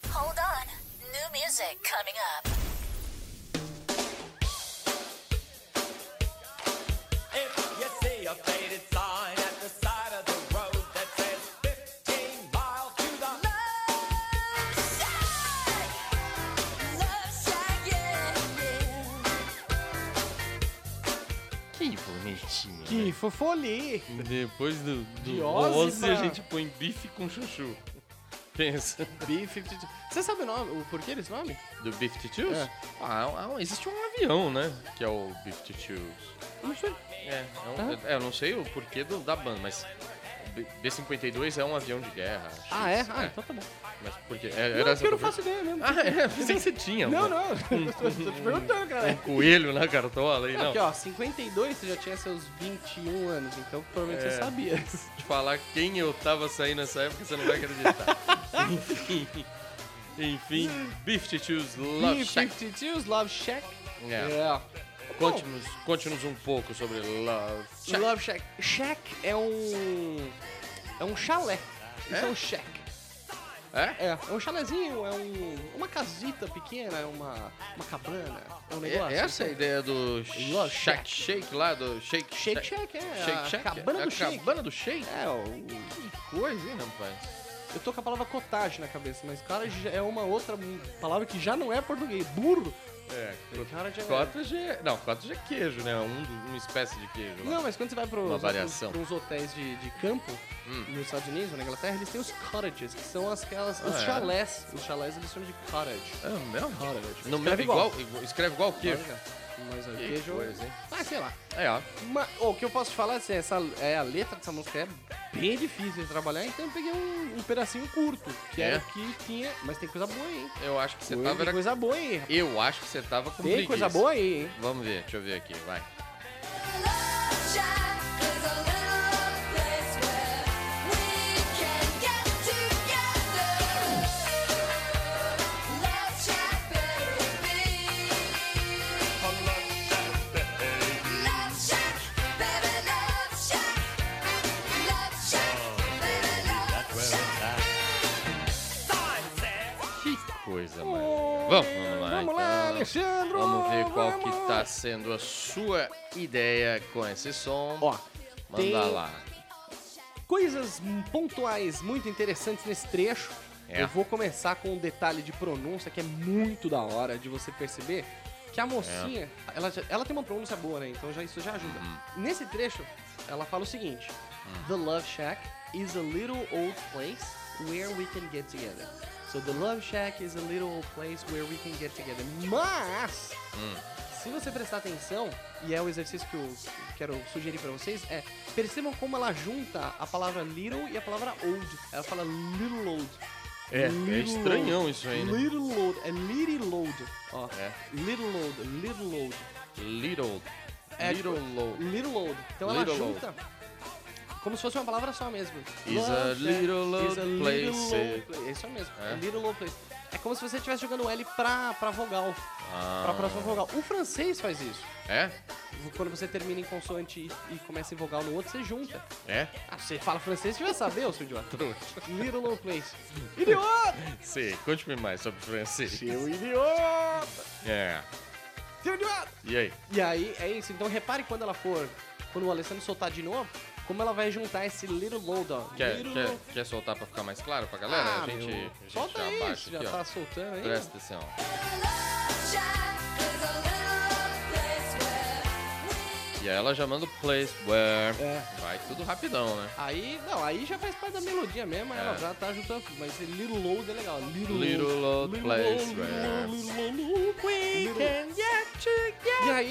Speaker 7: Hold on. New music coming up.
Speaker 8: If you see a faded sign at the side of the road that says 15 miles to the
Speaker 7: Love shack. Love shack, yeah, yeah.
Speaker 1: Que bonitinho.
Speaker 4: Que fofolia.
Speaker 1: Depois do, do
Speaker 4: De Ozzy
Speaker 1: Ozzy,
Speaker 4: pra-
Speaker 1: a gente põe bife com chuchu. Pensa.
Speaker 4: B-52. Você sabe o nome? O porquê desse nome?
Speaker 1: Do Beef Titus?
Speaker 4: É.
Speaker 1: Ah, ah, existe um avião, né? Que é o Beef Titus.
Speaker 4: Eu Não sei.
Speaker 1: É, é um- é, eu não sei o porquê do- da banda, mas B- B-52 é um avião de guerra. acho
Speaker 4: Ah, é?
Speaker 1: isso.
Speaker 4: Ah, então tá bom.
Speaker 1: Mas por quê? É,
Speaker 4: Não,
Speaker 1: era
Speaker 4: é
Speaker 1: essa
Speaker 4: porque eu não
Speaker 1: tua
Speaker 4: faço ideia mesmo.
Speaker 1: pergunta? Ah, é? Pensei que você tinha.
Speaker 4: Não,
Speaker 1: mano.
Speaker 4: não. Eu tô, tô te perguntando, galera.
Speaker 1: Coelho na cartola aí,
Speaker 4: Não,
Speaker 1: não.
Speaker 4: porque, ó, 52 você já tinha seus 21 anos, então provavelmente você
Speaker 1: É.
Speaker 4: sabia.
Speaker 1: te falar quem eu tava saindo nessa época, você não vai acreditar. Enfim. Enfim, Beef Titus Love Shack.
Speaker 4: 52's Love Shack.
Speaker 1: É. Conte-nos conte-nos um pouco sobre Love
Speaker 4: Shack.
Speaker 1: Shack.
Speaker 4: Love Shack. Shack é um. É um chalé. Isso é, um shack.
Speaker 1: É?
Speaker 4: É, é um chalézinho, é um, uma casita pequena, é uma, uma cabana, é um negócio.
Speaker 1: É- Essa é a ideia do
Speaker 4: Love
Speaker 1: Shack
Speaker 4: Shack.
Speaker 1: Shake lá, do Shake
Speaker 4: Shake Shack, é.
Speaker 1: Shake
Speaker 4: a
Speaker 1: Shack?
Speaker 4: Cabana
Speaker 1: É a
Speaker 4: do Shake.
Speaker 1: Cabana do Shake?
Speaker 4: É, o-
Speaker 1: Que coisa, hein, rapaz?
Speaker 4: eu tô com a palavra cottage na cabeça, mas cara já é uma outra palavra que já não é português. Burro.
Speaker 1: É,
Speaker 4: Cara já
Speaker 1: cottage é... Não, cottage é queijo, né? Um, do- uma espécie de queijo lá.
Speaker 4: Não, mas quando você vai para
Speaker 1: Uma variação. Hum.
Speaker 4: uns hotéis de, de campo, nos Estados Unidos ou na Inglaterra, eles têm os cottages, que são as- aquelas, os
Speaker 1: Ah, é?
Speaker 4: chalés. Os chalés eles chamam de cottage.
Speaker 1: É mesmo?
Speaker 4: Cottage.
Speaker 1: No mesmo,
Speaker 4: Escreve
Speaker 1: igual, igual- escreve igual queijo.
Speaker 4: Cottage, Mas o
Speaker 1: Que
Speaker 4: queijo...
Speaker 1: coisa, hein?
Speaker 4: Ah, sei lá.
Speaker 1: É, ó.
Speaker 4: Ma- ô, o que eu posso falar assim, essa, é, a letra dessa música é bem difícil de trabalhar, então eu peguei um, um pedacinho curto, que
Speaker 1: É?
Speaker 4: era o que tinha... Mas tem coisa boa aí, hein?
Speaker 1: Eu acho que você
Speaker 4: Tem
Speaker 1: tava... era-
Speaker 4: coisa boa aí, rapaz.
Speaker 1: Eu acho que você tava com
Speaker 4: Tem coisa
Speaker 1: preguiça.
Speaker 4: boa aí, hein?
Speaker 1: Vamos ver, deixa eu ver aqui, vai.
Speaker 7: Love shack is a little place where we can get together. Love shack, baby. Love shack, baby, love shack. Love shack, baby, love shack.
Speaker 8: sign says
Speaker 1: Que coisa maravilhosa. Vamos, vamos lá.
Speaker 4: Vamos lá,
Speaker 1: então.
Speaker 4: Alexandre!
Speaker 1: Vamos ver qual
Speaker 4: vamos!
Speaker 1: que tá sendo a sua ideia com esse som.
Speaker 4: Ó,
Speaker 1: Manda
Speaker 4: tem-
Speaker 1: lá.
Speaker 4: coisas pontuais muito interessantes nesse trecho.
Speaker 1: É.
Speaker 4: Eu vou começar com um detalhe de pronúncia que é muito da hora de você perceber. Que a mocinha, ela, já- ela tem uma pronúncia boa, né? Então já, isso já ajuda. Nesse trecho, ela fala o seguinte: The Love Shack is a little old place where we can get together. So the Love Shack is a little place where we can get together. Mas, se você prestar atenção, e é o exercício que eu quero sugerir pra vocês, é percebam como ela junta a palavra little e a palavra old. Ela fala little old.
Speaker 1: É, é
Speaker 4: Little
Speaker 1: estranhão
Speaker 4: old.
Speaker 1: isso aí, né?
Speaker 4: Little old, é little old. Ó,
Speaker 1: É.
Speaker 4: little old, little old.
Speaker 1: Little.
Speaker 4: É,
Speaker 1: Little low.
Speaker 4: Little old. Então ela
Speaker 1: Little old.
Speaker 4: junta como se fosse uma palavra só mesmo.
Speaker 1: Is
Speaker 4: Love
Speaker 1: a
Speaker 4: Shack,
Speaker 1: little
Speaker 4: is
Speaker 1: old
Speaker 4: a little
Speaker 1: place.
Speaker 4: old place. É isso mesmo,
Speaker 1: É?
Speaker 4: é. little old place. É como se você estivesse jogando L pra, pra vogal,
Speaker 1: Ah.
Speaker 4: pra próxima vogal. O francês faz isso.
Speaker 1: É?
Speaker 4: Quando você termina em consoante e, e começa em vogal no outro, você junta.
Speaker 1: É?
Speaker 4: Ah, você fala francês, você vai saber, ô seu idiota. little old place. Idiota!
Speaker 1: Sim, conte-me mais sobre francês.
Speaker 4: Seu idiota!
Speaker 1: É.
Speaker 4: Seu idiota!
Speaker 1: E aí?
Speaker 4: E aí, é isso. Então repare quando ela for, quando o Alessandro soltar de novo, como ela vai juntar esse little load,
Speaker 1: Quer,
Speaker 4: little
Speaker 1: quer,
Speaker 4: load.
Speaker 1: quer soltar pra ficar mais claro pra galera?
Speaker 4: Ah,
Speaker 1: é, né, a gente,
Speaker 4: meu,
Speaker 1: a gente
Speaker 4: solta
Speaker 1: já
Speaker 4: aí,
Speaker 1: abaixa
Speaker 4: já
Speaker 1: aqui,
Speaker 4: tá
Speaker 1: ó.
Speaker 4: soltando aí.
Speaker 1: Presta atenção. E aí ela já manda o place where.
Speaker 4: É.
Speaker 1: Vai tudo rapidão, né?
Speaker 4: Aí, não, aí já faz parte da melodia mesmo, ela
Speaker 1: É.
Speaker 4: já tá juntando. Mas esse little load é legal. Little,
Speaker 1: Little old place é.
Speaker 4: load,
Speaker 1: where.
Speaker 4: Little- E aí,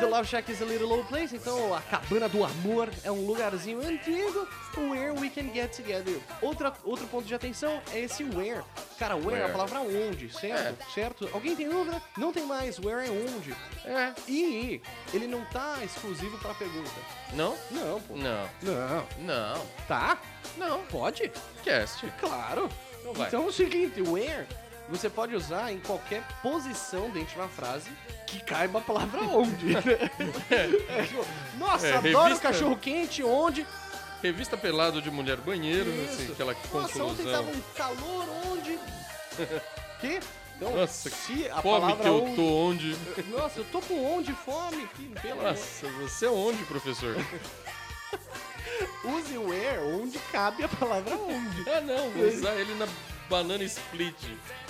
Speaker 4: The Love Shack is a little old place, então a cabana do amor é um lugarzinho antigo where we can get together. Outra, outro ponto de atenção é esse where. Cara, where, é a
Speaker 1: Where.
Speaker 4: palavra onde, certo? Certo? Alguém tem dúvida? Não tem mais, where é onde.
Speaker 1: É.
Speaker 4: E ele não tá exclusivo pra pergunta.
Speaker 1: Não?
Speaker 4: Não, pô.
Speaker 1: Não.
Speaker 4: Não.
Speaker 1: Não.
Speaker 4: Tá? Não. Pode?
Speaker 1: Cast.
Speaker 4: Claro.
Speaker 1: Então vai.
Speaker 4: Então é o seguinte, where você pode usar em qualquer posição dentro de uma frase que caiba a palavra onde. É, tipo, Nossa,
Speaker 1: É,
Speaker 4: adoro
Speaker 1: revista-
Speaker 4: cachorro quente, onde?
Speaker 1: Revista pelado de mulher banheiro, assim,
Speaker 4: Isso.
Speaker 1: aquela
Speaker 4: Nossa, ontem
Speaker 1: conclusão.
Speaker 4: tava um calor, onde? que? Então,
Speaker 1: Nossa,
Speaker 4: se a
Speaker 1: Fome
Speaker 4: palavra
Speaker 1: que eu
Speaker 4: onde...
Speaker 1: tô onde?
Speaker 4: Nossa, eu tô com onde fome, que pelo amor.
Speaker 1: Nossa, você é onde, professor?
Speaker 4: Use where onde cabe a palavra onde.
Speaker 1: ah, não, vou usar ele na banana split.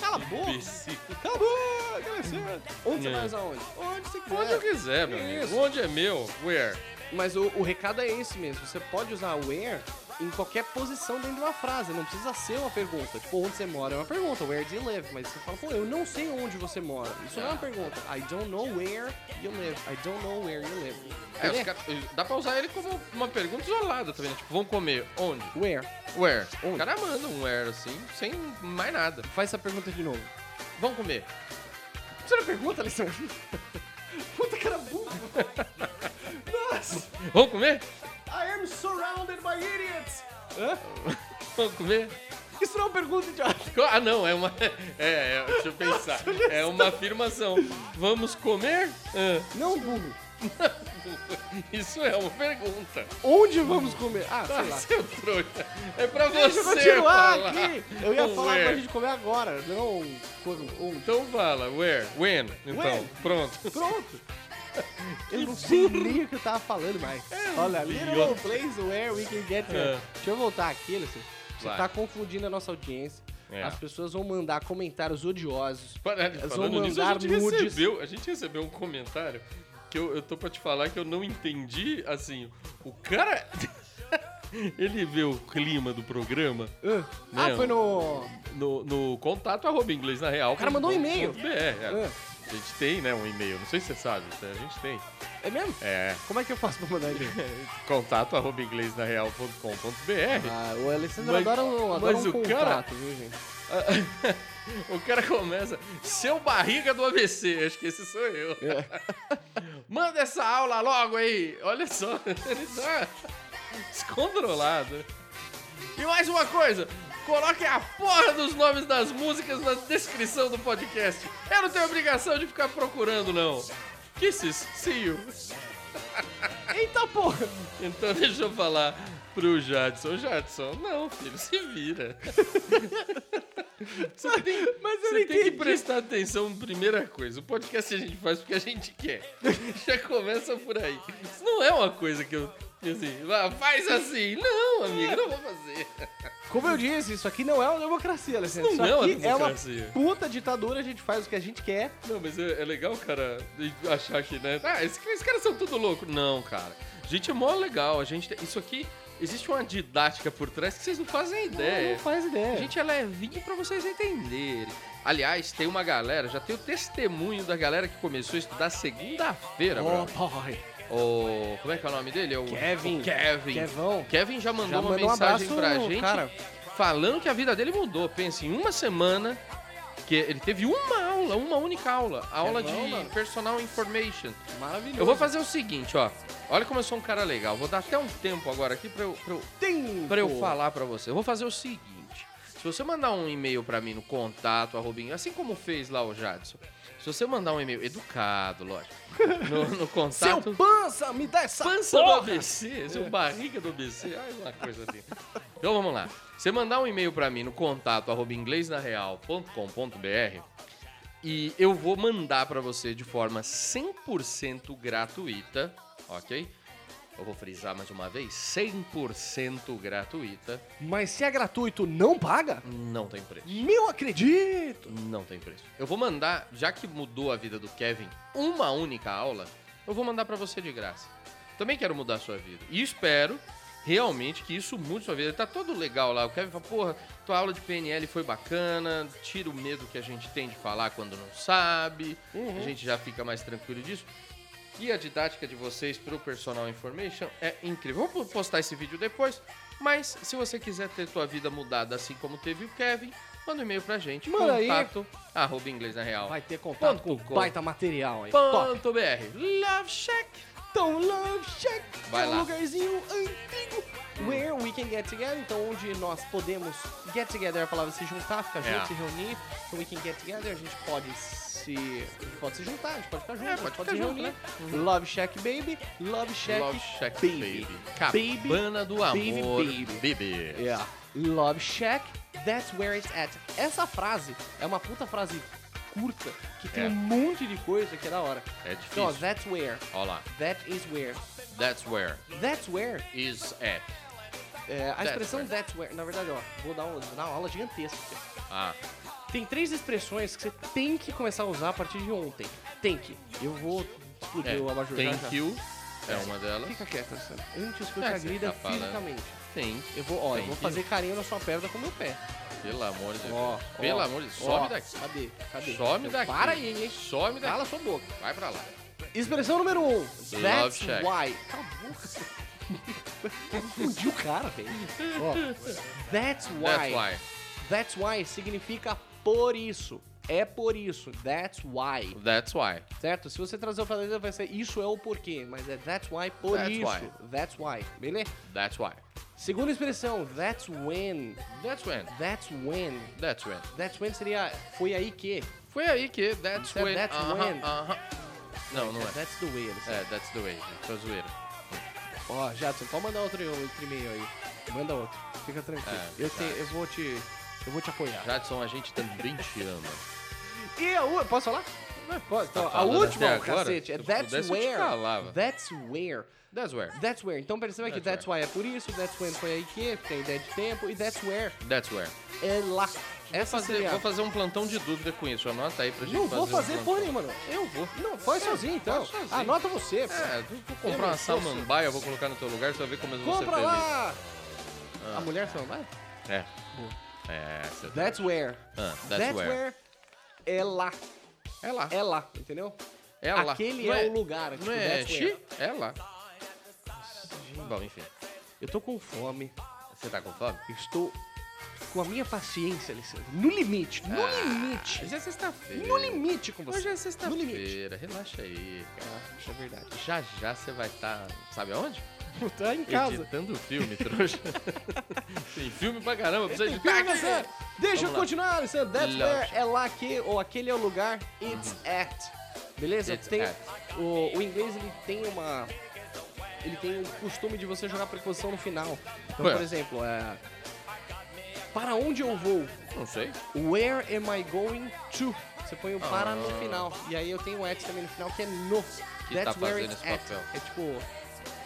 Speaker 4: Cala a boca.
Speaker 1: Imbecil.
Speaker 4: Acabou! Alexandre. Onde você
Speaker 1: É.
Speaker 4: vai usar onde? Onde você quiser.
Speaker 1: Onde eu quiser, meu
Speaker 4: Isso.
Speaker 1: amigo. Onde é meu? Where?
Speaker 4: Mas o, o recado é esse mesmo. Você pode usar where em qualquer posição dentro de uma frase. Não precisa ser uma pergunta. Tipo, onde você mora é uma pergunta. Where do you live? Mas você fala, pô, eu não sei onde você mora. Isso não é uma pergunta. I don't know where you live. I don't know where you live.
Speaker 1: É,
Speaker 4: Ele
Speaker 1: os cara- dá pra usar ele como uma pergunta isolada também, né? Tipo, vão comer onde?
Speaker 4: Where?
Speaker 1: Where?
Speaker 4: Onde?
Speaker 1: O cara manda um where assim, sem mais nada.
Speaker 4: Faz essa pergunta de novo.
Speaker 1: Vão comer.
Speaker 4: Você não pergunta, Alessandro? Puta cara burro. Nossa!
Speaker 1: Vão comer?
Speaker 4: I am surrounded by idiots! Hã?
Speaker 1: Vão comer?
Speaker 4: Isso não é uma pergunta, idiota.
Speaker 1: Co- Ah, não, é uma. É, é, deixa eu pensar. É uma afirmação. Vamos comer? Ah,
Speaker 4: Não, burro.
Speaker 1: isso é uma pergunta.
Speaker 4: Onde vamos comer? Ah, sei lá.
Speaker 1: Ah, seu trouxa. É pra
Speaker 4: Deixa eu
Speaker 1: você.
Speaker 4: continuar
Speaker 1: falar.
Speaker 4: aqui. Eu ia
Speaker 1: Um
Speaker 4: falar pra
Speaker 1: where.
Speaker 4: gente comer agora, não um quando, onde.
Speaker 1: Então fala, where? When? Então,
Speaker 4: When.
Speaker 1: pronto.
Speaker 4: Pronto. Eu não sei nem o que eu tava falando mais. Olha, little
Speaker 1: É, idiota.
Speaker 4: place where we can get
Speaker 1: É.
Speaker 4: Deixa eu voltar aqui, Alessandro. Você
Speaker 1: Vai.
Speaker 4: tá confundindo a nossa audiência.
Speaker 1: É.
Speaker 4: As pessoas vão mandar comentários odiosos.
Speaker 1: Para-
Speaker 4: Elas vão
Speaker 1: Falando nisso, a
Speaker 4: mandar
Speaker 1: gente,
Speaker 4: nudes.
Speaker 1: recebeu, a gente recebeu um comentário que eu, eu tô pra te falar que eu não entendi, assim, o cara... Ele vê o clima do programa
Speaker 4: Ah,
Speaker 1: Não.
Speaker 4: foi no...
Speaker 1: no, no contato arroba inglês na real. O
Speaker 4: cara mandou um e-mail.
Speaker 1: É,
Speaker 4: Ah,
Speaker 1: a gente tem, né, um e-mail. Não sei se você sabe, tá? a gente tem.
Speaker 4: é mesmo?
Speaker 1: É,
Speaker 4: Como é que eu faço pra mandar ele?
Speaker 1: contato arroba inglês na real.com.br.
Speaker 4: Ah, o Alessandro
Speaker 1: Mas-
Speaker 4: adora um, adora
Speaker 1: mas
Speaker 4: um
Speaker 1: o cara-
Speaker 4: contrato, viu, gente?
Speaker 1: o cara começa, seu barriga do ABC, acho que esse sou eu. Manda essa aula logo aí, olha só, ele tá descontrolado. E mais uma coisa, coloquem a porra dos nomes das músicas na descrição do podcast. Eu não tenho obrigação de ficar procurando, não. Kisses, see you.
Speaker 4: Eita porra!
Speaker 1: Então deixa eu falar pro Jadson. Jadson, não, filho, se vira. Você tem,
Speaker 4: Mas eu
Speaker 1: você
Speaker 4: não
Speaker 1: tem que
Speaker 4: entendi.
Speaker 1: prestar atenção, primeira coisa. O podcast a gente faz porque a gente quer. Já começa por aí. Isso não é uma coisa que eu. que Assim, "Ah, faz assim. Não, amigo, não vou fazer.
Speaker 4: Como eu disse, isso aqui não é uma democracia, Alessandro.
Speaker 1: não é uma
Speaker 4: aqui é
Speaker 1: democracia.
Speaker 4: uma puta ditadura, a gente faz o que a gente quer.
Speaker 1: Não, mas é, é legal o cara achar que, né? Ah, esses, esses caras são tudo louco. Não, cara. A gente é mó legal. A gente tem- Isso aqui Existe uma didática por trás que vocês não fazem
Speaker 4: Não,
Speaker 1: ideia.
Speaker 4: não faz ideia.
Speaker 1: Gente, é levinho pra vocês entenderem. Aliás, tem uma galera, já tem o testemunho da galera que começou a estudar segunda-feira,
Speaker 4: oh,
Speaker 1: brother.
Speaker 4: boy.
Speaker 1: O... Como é que é o nome dele? É o...
Speaker 4: Kevin.
Speaker 1: o Kevin.
Speaker 4: Kevão.
Speaker 1: Kevin já mandou
Speaker 4: Já
Speaker 1: uma
Speaker 4: mandou um
Speaker 1: mensagem
Speaker 4: abraço,
Speaker 1: pra gente
Speaker 4: cara.
Speaker 1: falando que a vida dele mudou. Pensa, em uma semana, que ele teve uma aula, uma única aula. A aula de
Speaker 4: Kevão, mano.
Speaker 1: Personal Information.
Speaker 4: Maravilhoso.
Speaker 1: Eu vou fazer o seguinte, ó. Olha como eu sou um cara legal. Vou dar até um tempo agora aqui pra eu- pra eu
Speaker 4: Tem
Speaker 1: Pra eu falar pra você. Eu vou fazer o seguinte. Se você mandar um e-mail pra mim no contato, arrobinho, assim como fez lá o Jadson. Se você mandar um e-mail educado, lógico, no, no
Speaker 4: Seu
Speaker 1: contato...
Speaker 4: pança, me dá essa
Speaker 1: tá Pança do
Speaker 4: porra.
Speaker 1: ABC, seu barriga do ABC, ai, uma coisa assim. Então vamos lá. Você mandar um e-mail pra mim no contato arroba inglesnareal.com.br e eu vou mandar pra você de forma 100% gratuita, ok? Eu vou frisar mais uma vez, 100% gratuita.
Speaker 4: Mas se é gratuito, não paga?
Speaker 1: Não tem preço.
Speaker 4: Meu acredito.
Speaker 1: Não tem preço. Eu vou mandar, já que mudou a vida do Kevin, uma única aula, eu vou mandar pra você de graça. Também quero mudar a sua vida. E espero realmente que isso mude sua vida. Tá todo legal lá. O Kevin fala, porra, tua aula de PNL foi bacana, tira o medo que a gente tem de falar quando não sabe. A gente já fica mais tranquilo disso. E a didática de vocês pro Personal Information é incrível. Vou postar esse vídeo depois, mas se você quiser ter tua vida mudada assim como teve o Kevin, manda um e-mail pra gente.
Speaker 4: Manda aí.
Speaker 1: contato, arroba inglês na real.
Speaker 4: Vai ter contato com
Speaker 1: Ponto com.
Speaker 4: baita material, hein? Top.
Speaker 1: Ponto .br. Love Shack.
Speaker 4: Então, Love Shack
Speaker 1: Vai
Speaker 4: é um
Speaker 1: lá.
Speaker 4: lugarzinho antigo where we can get together. Então, onde nós podemos get together, a palavra se juntar, ficar
Speaker 1: É.
Speaker 4: junto, se reunir. Então, we can get together, a gente pode se, a gente pode se juntar, a gente pode ficar junto, a gente
Speaker 1: pode
Speaker 4: pode,
Speaker 1: ficar
Speaker 4: se
Speaker 1: junto,
Speaker 4: reunir.
Speaker 1: né?
Speaker 4: Love Shack Baby, Love Shack,
Speaker 1: Love Shack
Speaker 4: Baby.
Speaker 1: Baby. Cabana do
Speaker 4: baby,
Speaker 1: amor.
Speaker 4: baby.
Speaker 1: Baby.
Speaker 4: Yeah. Love Shack, that's where it's at. Essa frase é uma puta frase curta, que tem
Speaker 1: É.
Speaker 4: um monte de coisa que é da hora.
Speaker 1: É
Speaker 4: Então, ó,
Speaker 1: difícil.
Speaker 4: that's where,
Speaker 1: Olha lá.
Speaker 4: that is where,
Speaker 1: That's where
Speaker 4: that's where.
Speaker 1: is at.
Speaker 4: É, a
Speaker 1: That's
Speaker 4: expressão
Speaker 1: where.
Speaker 4: that's where, na verdade, ó, vou dar, um, vou dar uma aula gigantesca. aqui.
Speaker 1: Ah,
Speaker 4: Tem três expressões que você tem que começar a usar a partir de ontem. Tem que. Eu vou explodir
Speaker 1: é.
Speaker 4: o abajur já, já.
Speaker 1: Thank you. É uma delas.
Speaker 4: Fica quieta, Sandra. Antes que eu
Speaker 1: É,
Speaker 4: te
Speaker 1: você
Speaker 4: agrida
Speaker 1: tá falando.
Speaker 4: fisicamente.
Speaker 1: Thank
Speaker 4: Eu vou, ó, eu
Speaker 1: Thank
Speaker 4: vou
Speaker 1: you.
Speaker 4: fazer carinho na sua perna com o meu pé.
Speaker 1: Pelo amor de Deus.
Speaker 4: Ó,
Speaker 1: É. Pelo
Speaker 4: ó,
Speaker 1: amor de Deus.
Speaker 4: ó.
Speaker 1: Some daqui.
Speaker 4: Cadê? Cadê?
Speaker 1: Some
Speaker 4: Então,
Speaker 1: daqui.
Speaker 4: Para aí, hein?
Speaker 1: Some daqui.
Speaker 4: Cala sua boca.
Speaker 1: Vai pra lá.
Speaker 4: Expressão número 1. Um. That's
Speaker 1: Shack.
Speaker 4: why. Cala a boca. Confundiu o cara, velho. Ó, That's
Speaker 1: That's
Speaker 4: why.
Speaker 1: why.
Speaker 4: That's why significa por isso. É por isso. That's why.
Speaker 1: That's why.
Speaker 4: Certo? Se você trazer o planeta, vai ser isso é o porquê. Mas é that's why por
Speaker 1: That's
Speaker 4: isso.
Speaker 1: why.
Speaker 4: That's why. Beleza?
Speaker 1: That's why.
Speaker 4: Segunda expressão. That's when.
Speaker 1: That's when.
Speaker 4: That's when.
Speaker 1: That's when.
Speaker 4: That's when seria foi aí que.
Speaker 1: Foi aí que that's
Speaker 4: Said
Speaker 1: when.
Speaker 4: that's
Speaker 1: aham,
Speaker 4: when.
Speaker 1: aham. Não, não é.
Speaker 4: That's the way. Eles
Speaker 1: É, that's the way. Foi zoeira.
Speaker 4: Ó, Jadson, pode mandar outro, outro e-mail aí. Manda outro. Fica tranquilo.
Speaker 1: É,
Speaker 4: eu, te-
Speaker 1: verdade.
Speaker 4: eu vou te. Eu vou te apoiar.
Speaker 1: Jadson, a gente também te ama.
Speaker 4: E a última. Posso falar? Pode. Então, a
Speaker 1: Tá falando
Speaker 4: última,
Speaker 1: até agora?
Speaker 4: cacete. É
Speaker 1: Se eu
Speaker 4: that's
Speaker 1: pudesse, eu te
Speaker 4: where.
Speaker 1: calava.
Speaker 4: That's where.
Speaker 1: That's where.
Speaker 4: That's where. Então perceba que
Speaker 1: That's
Speaker 4: that's why é por isso, that's when foi aí que, é, tem ideia de tempo, e that's where
Speaker 1: That's where.
Speaker 4: é lá. Essa
Speaker 1: Fazer-
Speaker 4: seria.
Speaker 1: vou fazer um plantão de dúvida com isso. Anota aí pra gente
Speaker 4: Não vou
Speaker 1: um
Speaker 4: fazer
Speaker 1: plantão.
Speaker 4: porra nenhuma, não.
Speaker 1: Eu vou.
Speaker 4: Não, faz
Speaker 1: É,
Speaker 4: sozinho então.
Speaker 1: faz sozinho.
Speaker 4: Anota você, pô.
Speaker 1: É, vou vou comprar uma
Speaker 4: Meu Deus.
Speaker 1: samambaia, eu vou colocar no teu lugar, você vai ver como eu vou ser
Speaker 4: Compra
Speaker 1: feliz.
Speaker 4: lá!
Speaker 1: Ah.
Speaker 4: A mulher só vai?
Speaker 1: É. É, você tá-
Speaker 4: That's where.
Speaker 1: Ah, that's,
Speaker 4: That's
Speaker 1: where.
Speaker 4: where é lá.
Speaker 1: É lá.
Speaker 4: É lá, entendeu?
Speaker 1: É lá.
Speaker 4: Aquele
Speaker 1: Não
Speaker 4: é, o lugar. tipo,
Speaker 1: Não é
Speaker 4: that's where.
Speaker 1: chi? É lá. Bom, enfim.
Speaker 4: Eu tô com fome.
Speaker 1: Você tá com fome?
Speaker 4: Eu estou com a minha paciência, Alessandro. No limite. No limite.
Speaker 1: Hoje é sexta-feira.
Speaker 4: No limite com você.
Speaker 1: Hoje é
Speaker 4: No limite.
Speaker 1: sexta-feira. Relaxa aí, cara.
Speaker 4: Ah, isso é verdade.
Speaker 1: Já já você vai estar, sabe aonde?
Speaker 4: Tá em casa.
Speaker 1: Editando filme, trouxa. Tem filme pra caramba, precisa editar
Speaker 4: Pega,
Speaker 1: aqui.
Speaker 4: Alessandro. Deixa eu
Speaker 1: Vamos lá.
Speaker 4: continuar, Alessandro. That's
Speaker 1: Lógico.
Speaker 4: where é lá que, ou aquele é o lugar, it's Uhum. at. Beleza?
Speaker 1: It's
Speaker 4: tem,
Speaker 1: at.
Speaker 4: O, o inglês, ele tem uma... Ele tem o costume de você jogar preposição no final. Então,
Speaker 1: Ué.
Speaker 4: por exemplo, é... Para onde eu vou?
Speaker 1: né? Não sei.
Speaker 4: Where am I going to? Você põe
Speaker 1: Ah.
Speaker 4: o para no final. E aí eu tenho o at também no final, que é no.
Speaker 1: Que
Speaker 4: That's
Speaker 1: tá
Speaker 4: where
Speaker 1: fazendo
Speaker 4: it's
Speaker 1: esse
Speaker 4: at.
Speaker 1: papel.
Speaker 4: É tipo...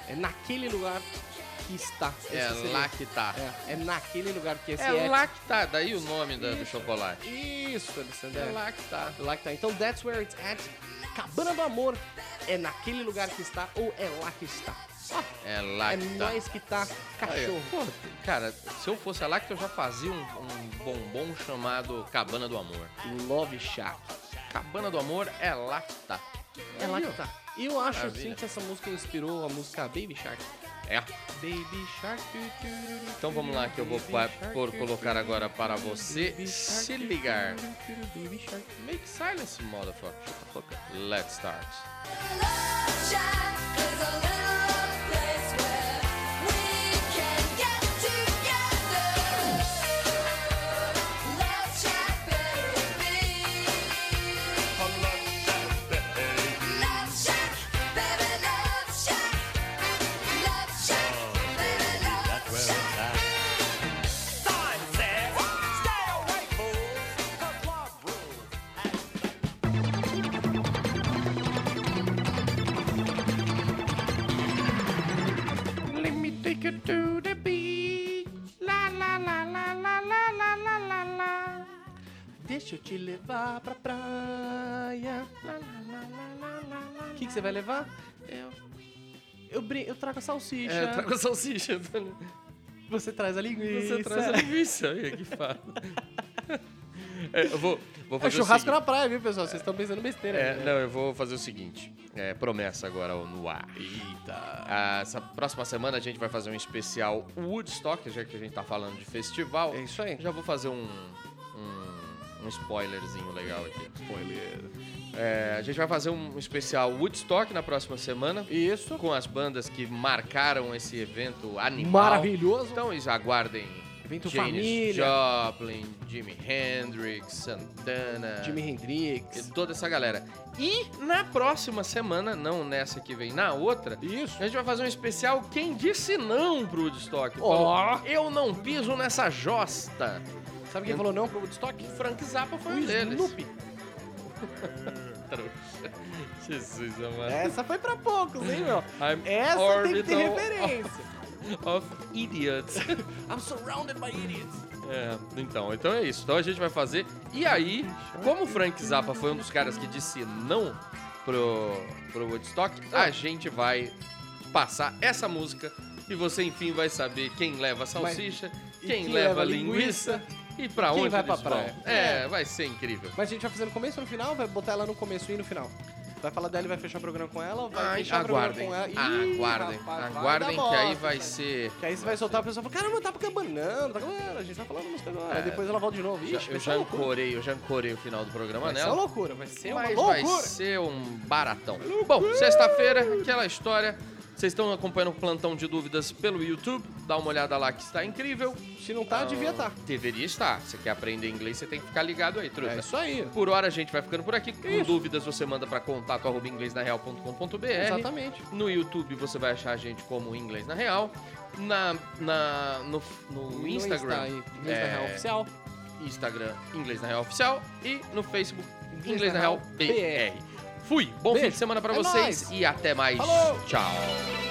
Speaker 4: É naquele lugar que está.
Speaker 1: É
Speaker 4: Esse seria-
Speaker 1: lá que tá.
Speaker 4: É, é naquele lugar que esse
Speaker 1: É,
Speaker 4: at
Speaker 1: lá que tá. Daí o nome da- do chocolate.
Speaker 4: isso, Alessandro.
Speaker 1: É lá que tá.
Speaker 4: Lá que tá. Então, that's where it's at. Cabana do Amor é naquele lugar que está ou é lá que está.
Speaker 1: É
Speaker 4: É
Speaker 1: lacta.
Speaker 4: nós que tá
Speaker 1: Aí,
Speaker 4: cachorro.
Speaker 1: pô, cara, se eu fosse a lacta, eu já fazia um, um bombom chamado Cabana do Amor.
Speaker 4: Love Shack.
Speaker 1: Cabana do Amor é lacta.
Speaker 4: É lá que tá. E eu acho
Speaker 1: Maravilha.
Speaker 4: assim que essa música inspirou a música Baby Shark.
Speaker 1: É.
Speaker 4: Baby Shark. tu, tu, tu, tu,
Speaker 1: Então vamos lá que eu vou
Speaker 4: Baby
Speaker 1: pa-
Speaker 4: Shark,
Speaker 1: por
Speaker 4: tu,
Speaker 1: colocar
Speaker 4: tu,
Speaker 1: agora
Speaker 4: tu,
Speaker 1: para
Speaker 4: tu,
Speaker 1: você
Speaker 4: Baby Shark,
Speaker 1: se
Speaker 4: tu, tu,
Speaker 1: ligar.
Speaker 4: tu, tu, Baby Shark.
Speaker 1: Make silence, motherfucker. Let's start.
Speaker 7: Love Shack is a little place where we can get together. Love Shack, baby. Love Shack, baby. Love Shack, Love Shack, baby. Love Shack.
Speaker 8: Sign said, stay away, fools, 'cause love rules.
Speaker 4: Let me take you to the beach. La la la la la la la la la la. Deixa eu te levar pra praia. La la la la la la. O que, que você vai levar? Eu. Eu, brin- eu trago a salsicha.
Speaker 1: É, tá com a salsicha.
Speaker 4: Você traz a linguiça. É um
Speaker 1: Você traz a linguiça. Olha que fala. É, eu vou, vou
Speaker 4: É
Speaker 1: fazer o
Speaker 4: churrasco
Speaker 1: seguinte.
Speaker 4: na praia, viu, pessoal? Vocês estão pensando besteira.
Speaker 1: É,
Speaker 4: né?
Speaker 1: não, eu vou fazer o seguinte. É, promessa agora ó, no ar.
Speaker 4: Eita.
Speaker 1: Ah, Essa próxima semana a gente vai fazer um especial Woodstock, já que a gente tá falando de festival.
Speaker 4: É isso aí.
Speaker 1: Já vou fazer um, um, um spoilerzinho legal aqui.
Speaker 4: Spoiler.
Speaker 1: É, a gente vai fazer um especial Woodstock na próxima semana.
Speaker 4: Isso.
Speaker 1: Com as bandas que marcaram esse evento animal.
Speaker 4: Maravilhoso.
Speaker 1: Então eles aguardem.
Speaker 4: Evento
Speaker 1: Janis
Speaker 4: família.
Speaker 1: Joplin, Jimi Hendrix, Santana.
Speaker 4: Jimi
Speaker 1: E
Speaker 4: Hendrix.
Speaker 1: toda essa galera. E na próxima semana, não nessa que vem, na outra,
Speaker 4: Isso.
Speaker 1: a gente vai fazer um especial Quem Disse Não pro Woodstock.
Speaker 4: Ó.
Speaker 1: Falou, Eu não piso nessa josta.
Speaker 4: Sabe quem falou não pro Woodstock?
Speaker 1: Frank Zappa foi
Speaker 4: O
Speaker 1: um É. deles.
Speaker 4: Snoopy.
Speaker 1: Trouxa. Jesus, amado.
Speaker 4: Essa foi pra poucos, hein, meu?
Speaker 1: I'm
Speaker 4: Essa tem que
Speaker 1: orbital
Speaker 4: ter referência.
Speaker 1: Of idiots.
Speaker 4: I'm surrounded by idiots.
Speaker 1: É, então, então é isso. Então a gente vai fazer. E aí, como o Frank Zappa foi um dos caras que disse não pro, pro Woodstock,
Speaker 4: Ah.
Speaker 1: a gente vai passar essa música e você enfim vai saber quem leva salsicha,
Speaker 4: e
Speaker 1: quem,
Speaker 4: quem
Speaker 1: leva
Speaker 4: leva
Speaker 1: linguiça, e pra
Speaker 4: quem
Speaker 1: onde
Speaker 4: vai
Speaker 1: eles
Speaker 4: pra praia.
Speaker 1: vão. É, vai ser incrível.
Speaker 4: Mas a gente vai fazer no começo e no final? Vai botar ela no começo e no final? Vai falar dela e vai fechar o programa com ela? Ou vai
Speaker 1: Ai,
Speaker 4: fechar
Speaker 1: aguardem,
Speaker 4: o programa com ela? Ih,
Speaker 1: aguardem,
Speaker 4: rapaz, vai
Speaker 1: aguardem
Speaker 4: dar
Speaker 1: que aí
Speaker 4: bosta,
Speaker 1: vai
Speaker 4: cara.
Speaker 1: ser...
Speaker 4: Que aí você vai soltar a pessoa e fala, caramba, tá cabanando, tá cabanando, a gente tá falando música agora. Aí depois ela volta de novo.
Speaker 1: É. Já-
Speaker 4: Ixi,
Speaker 1: eu
Speaker 4: vai ser
Speaker 1: já
Speaker 4: uma loucura.
Speaker 1: ancorei, eu já ancorei o final do programa né?
Speaker 4: Vai ser
Speaker 1: nela.
Speaker 4: uma loucura, vai ser uma
Speaker 1: Mas
Speaker 4: loucura.
Speaker 1: vai ser um baratão. Bom, sexta-feira, aquela história. Vocês estão acompanhando o plantão de dúvidas pelo YouTube. Dá uma olhada lá que está incrível.
Speaker 4: Se não tá, devia tá.
Speaker 1: Deveria estar. Você quer aprender inglês, você tem que ficar ligado aí, truta.
Speaker 4: É isso aí.
Speaker 1: Por hora a gente vai ficando por aqui. Com dúvidas você manda para contato@inglesnareal.com.br.
Speaker 4: Exatamente.
Speaker 1: No YouTube você vai achar a gente como Inglês na Real. Na, na, no, no
Speaker 4: No
Speaker 1: Instagram.
Speaker 4: Insta, Inglês
Speaker 1: é,
Speaker 4: na Real Oficial.
Speaker 1: Instagram Inglês na Real Oficial e no Facebook Inglês, na Real BR.
Speaker 4: BR.
Speaker 1: Fui, bom fim
Speaker 4: Beijo.
Speaker 1: de semana pra
Speaker 4: É
Speaker 1: vocês
Speaker 4: nóis.
Speaker 1: e até mais.
Speaker 4: Falou.
Speaker 1: Tchau.